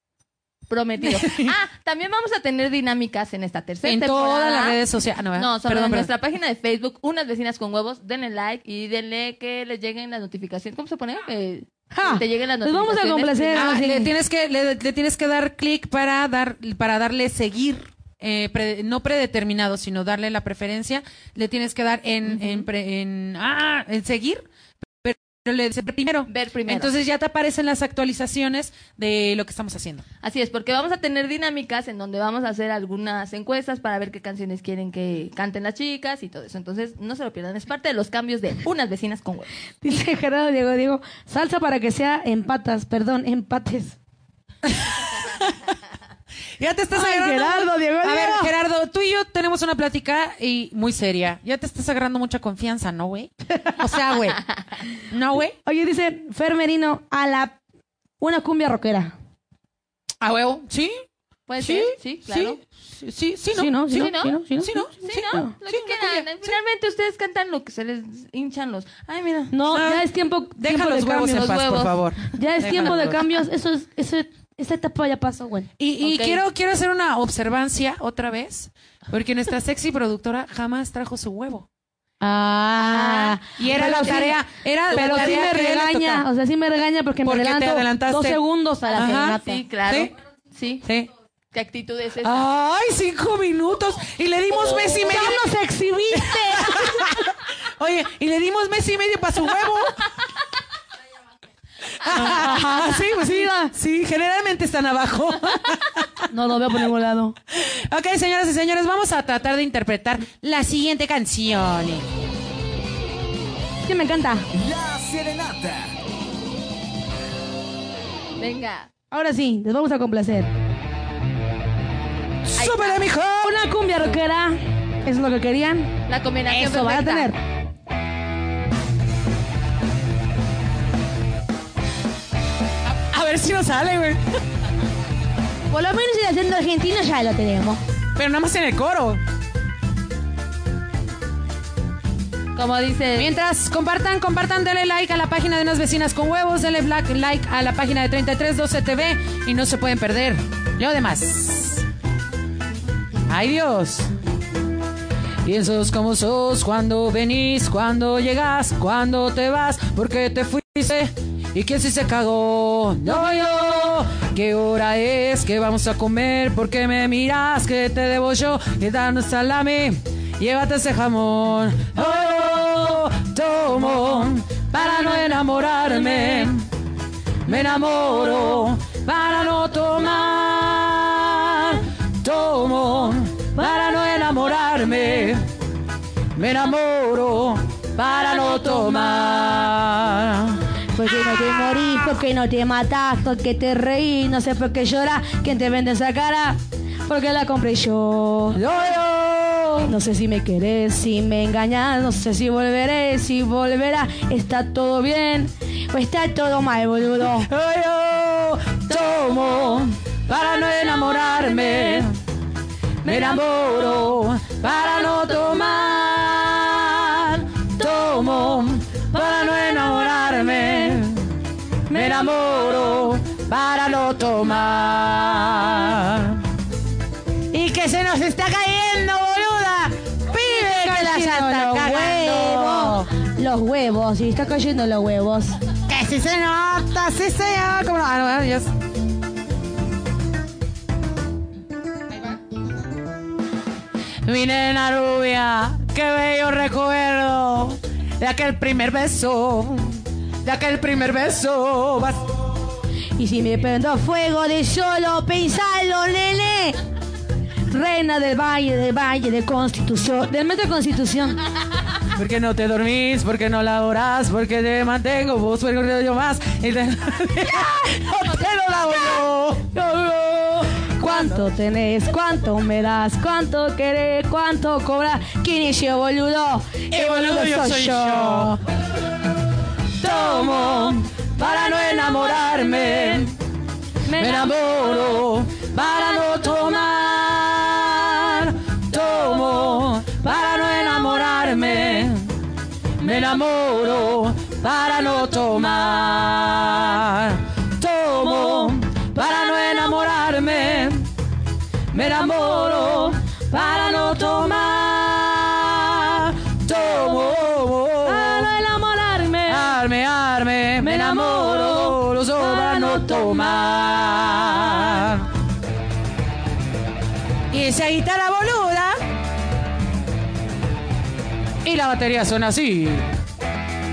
S2: [LAUGHS]
S4: Prometido. ah, también vamos a tener dinámicas en esta tercera
S2: En
S4: temporada.
S2: todas las redes sociales. Ah, no, ¿verdad?
S4: No, sobre
S2: Perdón,
S4: nuestra
S2: perdón.
S4: página de Facebook, Unas Vecinas con Huevos, denle like y denle que les lleguen las notificaciones. ¿Cómo se pone? Eh, Que
S3: Ja,
S4: te lleguen las
S3: les vamos a
S4: notificaciones.
S3: complacer.
S2: Ah,
S3: Sí.
S2: le tienes que le, le tienes que dar clic para dar para darle seguir eh, pre- no predeterminado sino darle la preferencia le tienes que dar en en, pre- en- ah en seguir pero le dice primero
S4: Ah, Ver primero.
S2: entonces ya te aparecen las actualizaciones de lo que estamos haciendo
S4: Así es, porque vamos a tener dinámicas en donde vamos a hacer algunas encuestas para ver qué canciones quieren que canten las chicas y todo eso. Entonces, no se lo pierdan. Es parte de los cambios de Unas Vecinas con Huevos.
S3: Dice Gerardo Diego, Diego, salsa para que sea en patas, perdón, empates.
S2: Ya te estás
S3: Ay,
S2: agarrando.
S3: Gerardo, Diego,
S2: a ver,
S3: Diego.
S2: Gerardo, tú y yo tenemos una plática y muy seria. Ya te estás agarrando mucha confianza, ¿no, güey? O sea, güey. ¿No, güey?
S3: Oye, dice Fer Merino, a la... Una cumbia rockera.
S2: A huevo. ¿Sí?
S4: Puede
S2: ¿Sí?
S4: ser, sí, claro.
S2: Sí, sí, sí, no.
S3: Sí, no, sí,
S2: no.
S3: no, sí, no, sí, no.
S2: Sí, no.
S4: Sí, ¿no? Lo
S2: Sí,
S4: que
S2: una
S4: quieran.
S2: cumbia, sí.
S4: Finalmente ustedes cantan lo que se les hinchan los. Ay, mira.
S3: No,
S2: Ah,
S3: ya es tiempo,
S2: Deja
S3: tiempo
S2: los
S3: de
S2: huevos en
S3: cambios.
S4: Los
S2: paz, por
S4: huevos.
S2: favor.
S3: Ya es
S2: Deja
S3: tiempo
S2: los
S3: de
S2: huevos.
S3: cambios. Eso es, eso, esa etapa ya pasó, güey.
S2: Y, y
S4: Ok.
S2: quiero, quiero hacer una observancia otra vez, porque nuestra sexy productora jamás trajo su huevo.
S3: Ah,
S2: Y era
S3: pero
S2: la
S3: sí-
S2: tarea, era la
S3: pero sí
S2: tarea
S3: me
S2: que le
S3: regaña,
S2: tocaba.
S3: o sea, sí me regaña porque me
S2: Porque te
S3: adelanto
S2: adelantaste.
S3: dos segundos a la
S2: Ajá.
S3: serenata.
S4: Sí, claro.
S2: ¿Sí?
S4: ¿Sí?
S2: Sí. Ah.
S4: ¿Qué actitud es esa?
S2: Ay, cinco minutos. Y le dimos mes y
S3: ¡Ya
S2: medio.
S3: nos exhibiste!
S2: Oye, y le dimos mes y medio para su huevo. Ajá, sí, pues sí, sí, generalmente están abajo.
S3: No lo veo por ningún lado.
S2: Ok, señoras y señores, vamos a tratar de interpretar la siguiente canción.
S3: Es que me encanta.
S1: La serenata.
S4: Venga.
S3: Ahora sí, les vamos a complacer.
S2: ¡Súbele, mijo!
S3: Una cumbia rockera. Eso es lo que querían.
S4: La combinación
S3: Eso van a
S4: perfecta.
S3: tener.
S2: A ver si nos sale, güey.
S3: Por lo menos el acento argentino ya lo tenemos.
S2: Pero nada más en el coro.
S4: Como dice.
S2: Mientras compartan, compartan, denle like a la página de unas vecinas con huevos, denle black like a la página de 3312 TV y no se pueden perder. Yo demás. Ay Dios. Piensas como sos cuando venís, cuando llegas, cuando te vas, porque te fuiste. ¿Y quién sí se cagó? No yo. ¿Qué hora es? ¿Qué vamos a comer? porque me miras? ¿Qué te debo yo? ¿Qué dan salame? Llévate ese jamón. Oh, tomo para no enamorarme. Me enamoro para no tomar. Tomo para no enamorarme. Me enamoro para no tomar.
S3: Porque no te morís, porque no te matás, porque te reí, no sé por qué lloras, quién te vende esa cara, porque la compré yo.
S2: Yo, yo.
S3: No sé si me querés, si me engañás, no sé si volveré, si volverá, está todo bien o está todo mal, boludo.
S2: Yo tomo para no enamorarme. Me enamoro para no tomar. Tomo para no enamorarme. Me enamoro para no tomar. Y que se nos está cayendo, boluda. Pibe, que la [LAUGHS] está
S3: Los
S2: cagando.
S3: huevos, los huevos, y está cayendo los huevos.
S2: Que si se nota, sí se nota. Como no, Ah, no, ya sé. Mi nena rubia, qué bello recuerdo de aquel primer beso, de aquel primer beso. Vas-
S3: Y si me prendo fuego de solo pensarlo, nene. Reina del Valle, del Valle, de Constitución, del Metro Constitución.
S2: ¿Por qué no te dormís? ¿Por qué no laborás? ¿Por qué te mantengo? Vos porque yo más. Y te- [LAUGHS] ¡No te lo lavo yo!
S3: ¿Cuánto tenés? ¿Cuánto me das? ¿Cuánto querés? ¿Cuánto cobras? ¿Quién es yo, boludo?
S2: El Eh, boludo yo soy yo. Tomo para no enamorarme. Me enamoro para no tomar. Tomo para no enamorarme. Me enamoro para no tomar. Tomo para no enamorarme. Me enamoro para no tomar. Tomo
S3: Para enamorarme.
S2: arme, arme, me enamoro, los ojos para no tomar. Y esa guitarra boluda. Y la batería suena así.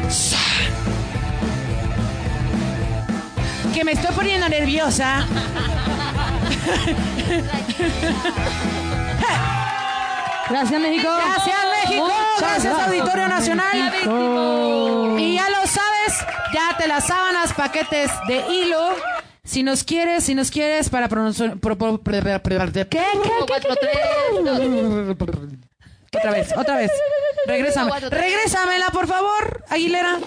S2: Sa. Que me estoy poniendo nerviosa.
S3: Gracias, México.
S2: Gracias México,
S3: Muchas
S2: gracias
S3: gracias,
S2: Auditorio
S3: México.
S2: Nacional. Y ya lo sabes, ya te las sábanas, paquetes de hilo. Si nos quieres, si nos quieres para pronunciar... ¿Qué?
S4: Uno, cuatro, tres, dos.
S2: Otra vez, otra vez. Regrésame.
S4: Cuatro, tres.
S2: Regrésamela, por favor, Aguilera.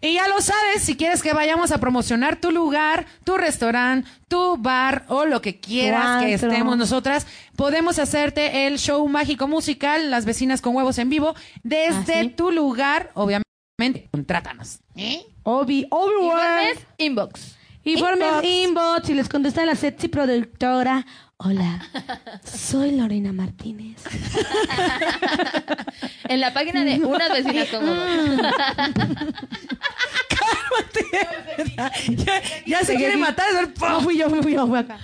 S2: Y ya lo sabes, si quieres que vayamos a promocionar tu lugar, tu restaurante, tu bar o lo que quieras que
S3: antro.
S2: estemos nosotras, podemos hacerte el show mágico musical Las vecinas con huevos en vivo desde
S3: Ah, sí.
S2: tu lugar, obviamente. Contrátanos. [LAUGHS]
S3: Obi, Overworld.
S4: Informes, inbox.
S3: Informes
S2: Inbox.
S3: inbox. Y les contesta la sexy productora. Hola, soy Lorena [LAUGHS] Martínez.
S4: En la página de unas vecinas con huevos.
S2: ya, ya se quiere matar.
S3: No Ah, fui yo, fui yo, fui acá.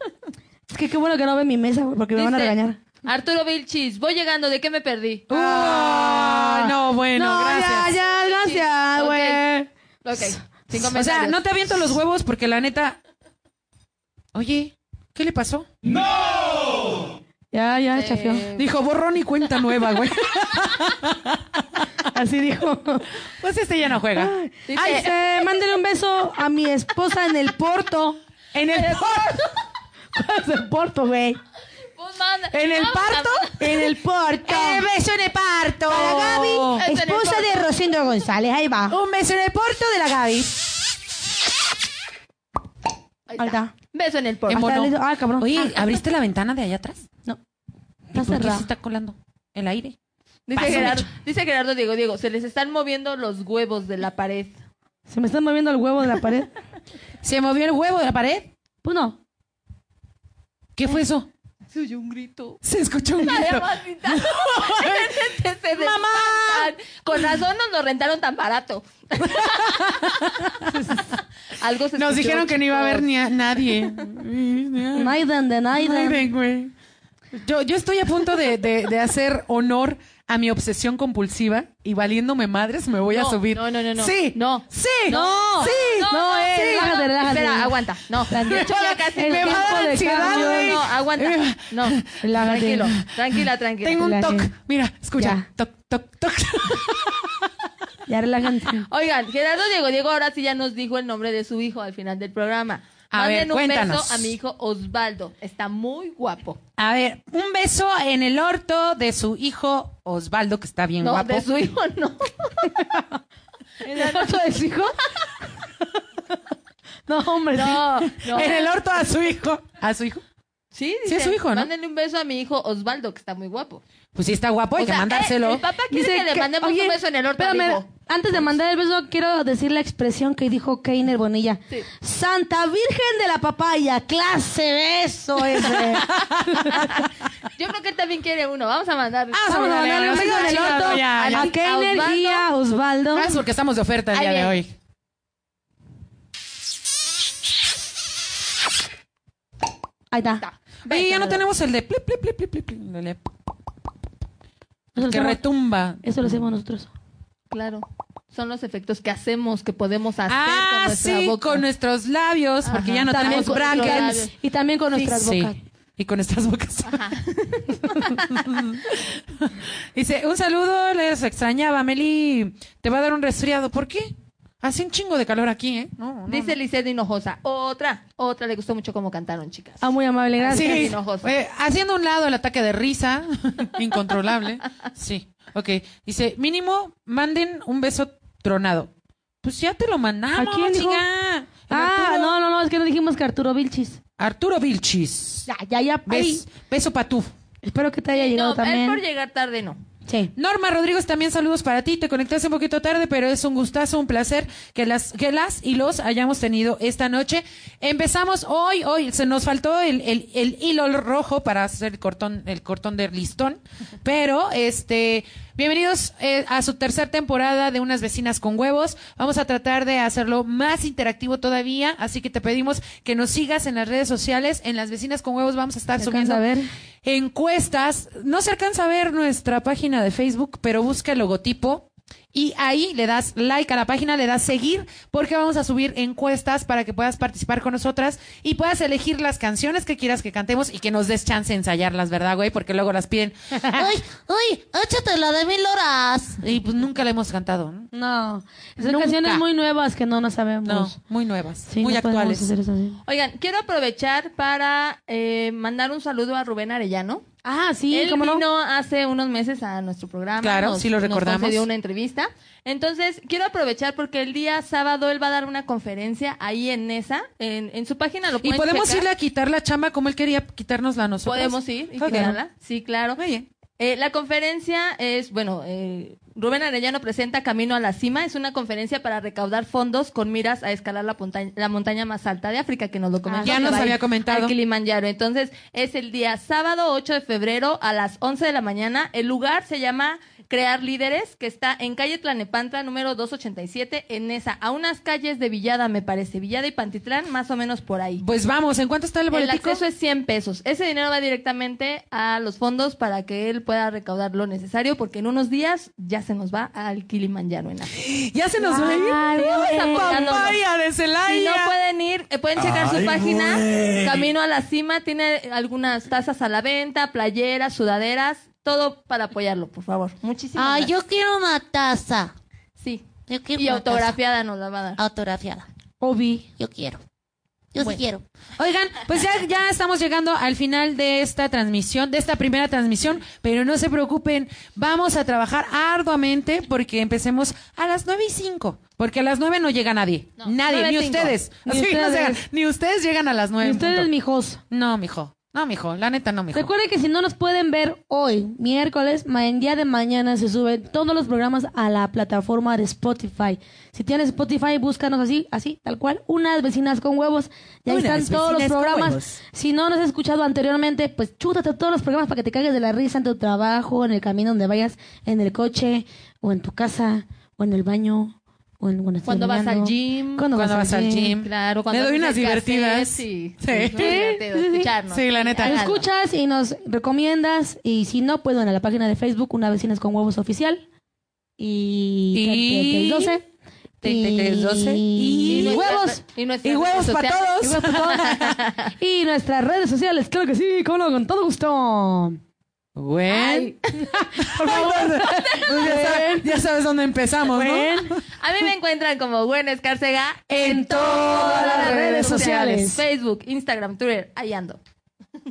S3: [LAUGHS] es que qué bueno que no ve mi mesa, güey, porque me van a
S4: Dice,
S3: regañar.
S4: Arturo Vilchis, voy llegando, ¿de qué me perdí?
S2: Ah, no, bueno,
S3: Uh, no,
S2: gracias.
S3: ya, ya, gracias,
S4: Ok.
S3: güey.
S4: Ok,
S2: O
S4: sin
S2: sea,
S4: comentarios.
S2: no te aviento los huevos porque la neta. Oye, ¿qué le pasó?
S3: Ya, ya,
S4: Eh,
S3: chafió.
S2: Dijo borrón y cuenta nueva, güey.
S3: Así dijo.
S2: Pues este ya no juega.
S4: Dice-
S3: Ay, eh, mándale un beso a mi esposa en el Porto.
S2: En el
S3: [LAUGHS] ¿Cuál es el Porto, güey?
S4: Pues manda-
S2: en el
S4: no, [LAUGHS]
S2: parto.
S3: En el Porto.
S2: Eh, beso en el parto.
S3: Para
S2: Oh.
S3: Gaby,
S4: Es en el
S3: esposa de
S4: Porto.
S3: Rosendo González. Ahí va.
S2: Un beso en el porto de la Gaby.
S4: Ahí
S3: Ahí está.
S4: está. Beso en el
S2: En
S4: porno.
S2: bono.
S3: listo. Ah, cabrón.
S2: Oye, ¿abriste la ventana de allá atrás?
S3: Está
S2: ¿Por qué se
S3: cerrada.
S2: está colando el aire?
S4: Dice
S2: Pásame,
S4: Gerardo,
S2: ch-
S4: dice Gerardo Diego, Diego, se les están moviendo los huevos de la pared.
S3: ¿Se me están moviendo el huevo de la pared?
S2: ¿Se movió el huevo de la pared?
S3: [LAUGHS] Pues no.
S2: ¿Qué fue eso?
S4: Se oyó un [LAUGHS] grito.
S2: Se escuchó un grito.
S4: [LAUGHS] ¡Mamá! Con razón nos lo rentaron tan barato. [LAUGHS] Algo se
S2: Nos
S4: escuchó,
S2: dijeron que no iba a haber
S4: chicos.
S2: ni a nadie.
S3: Naiden de Naiden.
S2: Ay, güey. Yo, yo estoy a punto de, de- de hacer honor a mi obsesión compulsiva y valiéndome madres me voy a
S4: No,
S2: subir.
S4: no, no, no, no.
S2: Sí.
S4: No.
S2: Sí.
S4: No.
S2: Sí.
S4: No, no,
S2: sí.
S4: eh,
S3: relájate, relájate.
S4: Espera, aguanta.
S2: [LAUGHS]
S4: No. De hecho, ya casi.
S3: El
S2: me va a
S3: tiempo
S2: dar
S3: de
S2: ansiedad,
S3: cambio.
S2: güey.
S4: No, no, aguanta.
S2: Eh,
S4: No.
S3: Relájate.
S4: Tranquilo. Tranquila, tranquila.
S2: Tengo un
S3: Relájate.
S2: toc. Mira, escucha.
S3: Ya.
S2: Toc, toc, toc.
S3: Ya relájense. [LAUGHS]
S4: Oigan, Gerardo Diego Diego ahora sí ya nos dijo el nombre de su hijo al final del programa.
S2: A ver,
S4: Manden un
S2: cuéntanos.
S4: beso a mi hijo Osvaldo. Está muy guapo.
S2: [LAUGHS] A ver, un beso en el orto de su hijo Osvaldo, que está bien
S4: No,
S2: guapo.
S4: de su hijo no.
S3: ¿En el cuarto de su hijo? [LAUGHS] No, hombre.
S4: No, no.
S2: En el orto a su hijo. ¿A su hijo?
S4: Sí,
S2: Sí, es
S4: dice,
S2: su hijo, ¿no?
S4: Mándenle un beso a mi hijo Osvaldo, que está muy guapo.
S2: Pues sí, está guapo, hay
S4: O
S2: que
S4: sea,
S2: mandárselo.
S4: eh, el papá quiere que le mandemos
S3: oye,
S4: un beso en el orto al
S3: espérame,
S4: hijo.
S3: Antes de mandar el beso, quiero decir la expresión que dijo Keiner Bonilla.
S4: Sí.
S3: Santa Virgen de la Papaya, clase beso ese.
S4: [LAUGHS] Yo creo que él también quiere uno. Vamos a mandarle.
S2: Ah,
S3: Vamos a
S2: Órale,
S3: mandarle un
S2: no
S3: beso
S2: seas
S3: en el
S2: chingado,
S3: orto
S2: ya,
S4: ya.
S3: a Keiner y a Osvaldo.
S2: Más porque estamos de oferta el
S4: Ahí
S2: día de
S4: viene.
S2: hoy.
S3: Ahí está.
S4: Está.
S2: Oye, ya no
S4: Beso.
S2: tenemos el de plip, plip, plip, plip, plip, plip, plip,
S3: Eso lo,
S2: que
S3: hacemos,
S2: retumba.
S3: eso lo hacemos nosotros.
S4: Claro. Son los efectos que hacemos, que podemos hacer con
S2: Ah,
S4: nuestra
S2: sí,
S4: boca.
S2: con nuestros labios, porque
S4: Ajá.
S2: ya no
S4: También
S2: tenemos
S4: con
S2: brackets.
S4: nuestros labios.
S3: Y también con nuestras
S2: Sí.
S3: bocas.
S2: Y con nuestras bocas.
S4: Ajá.
S2: [LAUGHS] Dice, un saludo, les extrañaba, Meli. Te va a dar un resfriado. ¿Por qué? Hace un chingo de calor aquí, ¿eh? No, no,
S4: Dice Lisette Hinojosa. Otra. Otra le gustó mucho cómo cantaron, chicas.
S3: Ah, muy amable,
S2: no.
S3: gracias.
S2: Sí,
S4: enojosa.
S2: eh, haciendo a un lado el ataque de risa, [LAUGHS] incontrolable. Sí, ok. Dice, mínimo, manden un beso tronado. Pues ya te lo mandamos,
S3: ¿A quién, hijo?
S2: chinga. El
S3: Ah,
S2: Arturo.
S3: no, no, no, es que no dijimos que Arturo Vilchis.
S2: Arturo Vilchis.
S3: Ya, ya, ya. ay,
S2: Bes- beso para tú.
S3: Espero que te haya
S4: no,
S3: llegado
S4: él por
S3: también.
S4: llegar tarde no.
S3: Sí.
S2: Norma Rodríguez, también saludos para ti. Te conectaste un poquito tarde, pero es un gustazo, un placer que las, que las y los hayamos tenido esta noche. Empezamos hoy, hoy se nos faltó el, el- el hilo rojo para hacer el cortón, el cortón de listón, pero este, bienvenidos eh, a su tercera temporada de Unas Vecinas con Huevos. Vamos a tratar de hacerlo más interactivo todavía, así que te pedimos que nos sigas en las redes sociales. En Las Vecinas con Huevos vamos a estar
S3: ¿Se
S2: subiendo
S3: alcanza a ver?
S2: encuestas. No se alcanza a ver nuestra página de Facebook, pero busca el logotipo Y ahí le das like a la página, le das seguir, porque vamos a subir encuestas para que puedas participar con nosotras y puedas elegir las canciones que quieras que cantemos y que nos des chance de ensayarlas, ¿verdad, güey? Porque luego las [LAUGHS] piden. ¡Uy, uy, échate la de mil horas! Y pues nunca la hemos cantado, ¿no?
S3: No. Son
S2: Nunca.
S3: canciones muy nuevas que no nos sabemos.
S2: No, muy nuevas,
S3: Sí,
S2: muy
S3: no podemos
S2: actuales.
S3: hacer eso, sí.
S4: Oigan, quiero aprovechar para eh, mandar un saludo a Rubén Arellano.
S3: Ah, sí,
S4: Él
S3: cómo no.
S4: vino hace unos meses a nuestro programa.
S2: Claro, sí lo recordamos.
S4: Nos dio una entrevista. Entonces, quiero aprovechar porque el día sábado él va a dar una conferencia ahí en esa, en, en su página lo
S2: Y
S4: pueden
S2: podemos
S4: checar.
S2: irle a quitar la chamba como él quería quitárnosla a nosotros.
S4: Podemos ir y
S2: Ok.
S4: quitarla. Sí, claro.
S2: Muy bien.
S4: Eh, la conferencia es, bueno, eh, Rubén Arellano presenta Camino a la Cima. Es una conferencia para recaudar fondos con miras a escalar la, punta- la montaña más alta de África, que nos lo comentó.
S2: Ah, ya
S4: que
S2: nos
S4: va a ir
S2: había comentado.
S4: al Kilimanjaro. Entonces, es el día sábado 8 de febrero a las 11 de la mañana. El lugar se llama Crear Líderes, que está en calle Tlanepantla, número 287, en esa, a unas calles de Villada, me parece. Villada y Pantitlán, más o menos por ahí.
S2: Pues vamos, ¿en cuánto está el
S4: El
S2: boletico?
S4: acceso es 100 pesos. Ese dinero va directamente a los fondos para que él pueda recaudar lo necesario, porque en unos días ya se nos va al Kilimanjaro en África.
S2: Ya se nos va a ir.
S3: Ay, güey.
S4: apoyándonos.
S2: Papaya de
S4: Si no
S2: Celaya.
S4: pueden ir, eh, pueden checar su
S1: Ay,
S4: página.
S1: güey.
S4: Camino a la cima tiene algunas tazas a la venta, playeras, sudaderas, todo para apoyarlo, por favor. Muchísimas gracias.
S9: quiero una taza.
S4: Sí.
S9: Yo quiero
S4: Y
S9: una taza
S4: autografiada nos la va a dar.
S9: autografiada.
S3: Obi.
S9: Yo quiero. Yo sí quiero.
S2: Oigan, pues ya, ya estamos llegando al final de esta transmisión, de esta primera transmisión, pero no se preocupen, vamos a trabajar arduamente porque empecemos a las nueve y cinco, porque a las nueve no llega nadie, nadie,
S4: nueve
S2: ni
S4: cinco.
S2: ustedes,
S3: Ni
S2: Así no
S3: ustedes.
S2: llegan, ni ustedes llegan a las nueve.
S3: Y
S2: en
S3: ustedes,
S2: punto.
S3: mijos.
S2: No, mijo, no, mijo, la neta no, mijo.
S3: Recuerden que si no nos pueden ver hoy, miércoles, ma- en día de mañana se suben todos los programas a la plataforma de Spotify. Si tienes Spotify, búscanos así, así, tal cual, unas vecinas con huevos. Ya
S2: Unas
S3: están todos los
S2: vecinas con
S3: programas.
S2: huevos.
S3: Si no nos has escuchado anteriormente, pues chútate todos los programas para que te cagues de la risa en tu trabajo, en el camino donde vayas, en el coche, o en tu casa, o en el baño, o en cuando, estés
S4: Cuando vas
S3: bañando,
S4: al gym.
S3: Cuando,
S2: Cuando
S3: vas al gym.
S4: Claro, cuando
S2: Me doy
S4: haces
S2: unas
S4: el cassette,
S2: divertidas.
S4: Sí.
S2: Sí.
S4: Sí,
S2: Sí,
S4: ¿no? Divertido, escucharnos.
S2: Sí, la neta.
S3: Lo
S4: Háganlo.
S3: escuchas y nos recomiendas. Y si no, pues bueno, a la página de Facebook, Una Vecinas con Huevos Oficial. Y.
S2: Y-
S3: 3312.
S2: 3312.
S3: Y.
S4: Y nuestras-
S3: ¡Huevos!
S4: Y, nuestras
S2: Y huevos
S4: redes
S2: para
S4: sociales.
S3: Y
S2: todos.
S3: huevos [LAUGHS] para todos. Y nuestras redes sociales, claro que sí, cómo no, con todo gusto.
S2: Güey. [LAUGHS] Por favor. Pues ya, sabes, ya sabes dónde empezamos, ¿no?
S4: A mí me encuentran como Gwen Escárcega en
S3: todas las redes sociales.
S4: Facebook, Instagram, Twitter, ahí ando.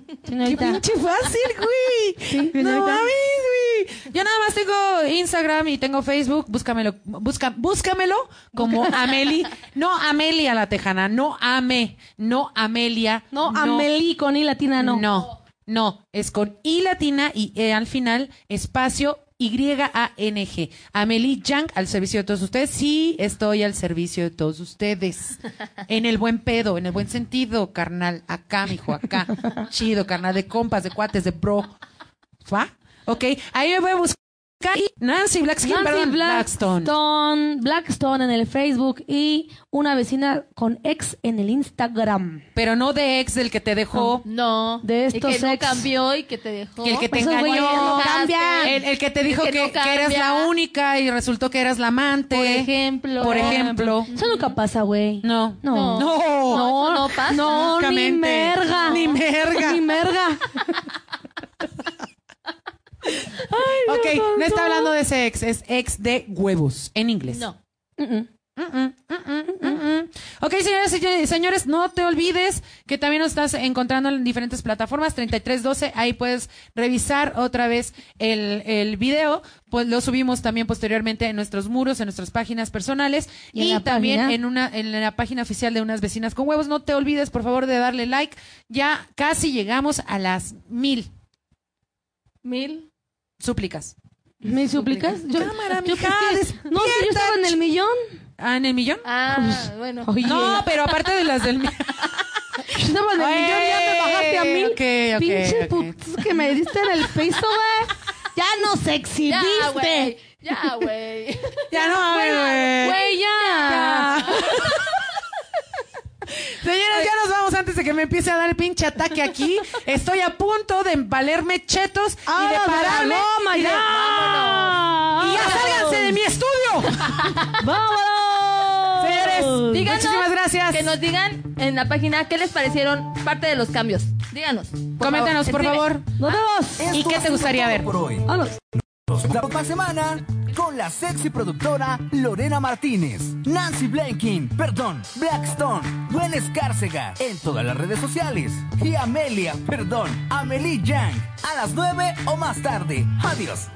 S2: Qué
S3: Señorita.
S2: pinche fácil, güey. no
S3: señorita.
S2: mames, güey. Yo nada más tengo Instagram y tengo Facebook. Búscamelo, busca, búscamelo como Ameli. No Amelia la Tejana, no Ame, no Amelia.
S3: No, Amelie con I latina, no.
S2: No, no, es con I latina y E al final, espacio Y-A-N-G. Amelie Yang al servicio de todos ustedes. Sí, estoy al servicio de todos ustedes. En el buen pedo, en el buen sentido, carnal. Acá, mijo, acá. Chido, carnal. De compas, de cuates, de bro. ¿Va? Ok, ahí me voy a buscar. Y Nancy Blackskin,
S3: Nancy
S2: perdón,
S3: Blackstone.
S2: Blackstone.
S3: Blackstone en el Facebook y una vecina con ex en el Instagram.
S2: Pero no de ex del que te dejó.
S4: No.
S3: De
S4: y
S3: estos
S4: que no
S3: ex. Pues
S4: cambió y que te dejó.
S2: Y el que te
S3: Esos
S2: engañó.
S3: güeyes no
S4: Dejaste.
S3: cambian.
S2: El, el que te dijo
S4: Ah. que
S2: que,
S4: no
S2: que eras
S4: cambia.
S2: la única y resultó que eras la amante.
S4: Por ejemplo.
S2: Por ejemplo.
S3: Eso nunca pasa, güey.
S2: No. No.
S3: No.
S4: No, eso no pasa.
S3: No, ni
S2: Francamente.
S3: merga.
S2: Ni merga.
S3: Ni merga.
S2: ok, no, está hablando de ese ex, es ex de huevos en inglés.
S4: No.
S2: Mm-mm, mm-mm, mm-mm. Ok, señoras y se- señores, no te olvides que también nos estás encontrando en diferentes plataformas, 3312, ahí puedes revisar otra vez el, el video, pues lo subimos también posteriormente en nuestros muros, en nuestras páginas personales
S3: Y en
S2: y,
S3: la
S2: también
S3: página.
S2: en una en la página oficial de unas vecinas con huevos. No te olvides, por favor, de darle like. Ya casi llegamos a las mil
S4: Mil.
S2: súplicas.
S3: ¿Me suplicas? Yo,
S2: Cámara,
S3: yo
S2: mija,
S3: pensé que- No, si yo estaba en el millón.
S2: ¿Ah, en el millón?
S4: Ah, bueno.
S3: Oye,
S2: No, pero aparte de las
S3: [LAUGHS]
S2: del millón.
S3: yo estaba en el
S2: Ey,
S3: millón, ya me bajaste a mil.
S2: ok, ok,
S3: Pinches
S2: ok.
S3: putos que me diste en el piso, güey. Ya nos
S4: Ya, güey.
S3: exhibiste.
S4: Ya,
S3: [LAUGHS]
S4: güey.
S2: Ya no, a ver, güey.
S3: Güey, ya.
S2: [LAUGHS] Señores, ya nos vamos antes de que me empiece a dar el pinche ataque aquí. Estoy a punto de valerme chetos y de
S3: Ahora de la
S2: pararme
S3: loma,
S2: y de,
S3: ya.
S2: Vámonos. Y ya sálganse de mi estudio.
S3: ¡Vámonos!
S2: Señores,
S4: Díganos
S2: muchísimas gracias.
S4: Que nos digan en la página qué les parecieron parte de los cambios. Díganos. por
S2: Coméntanos, por
S4: Escribe.
S2: favor.
S3: ¡Nos vemos!
S2: ¿Y
S1: Esto
S2: qué
S1: ha
S2: te gustaría
S1: sido
S2: ver?
S1: todo Por hoy.
S3: ¡Vámonos!
S1: Nos vemos la próxima semana con la sexy productora Lorena Martínez, Nancy Blanking, perdón, Blackstone, Gwen Escárcega, en todas las redes sociales, y Amelia, perdón, Amelie Yang, a las 9 o más tarde. Adiós.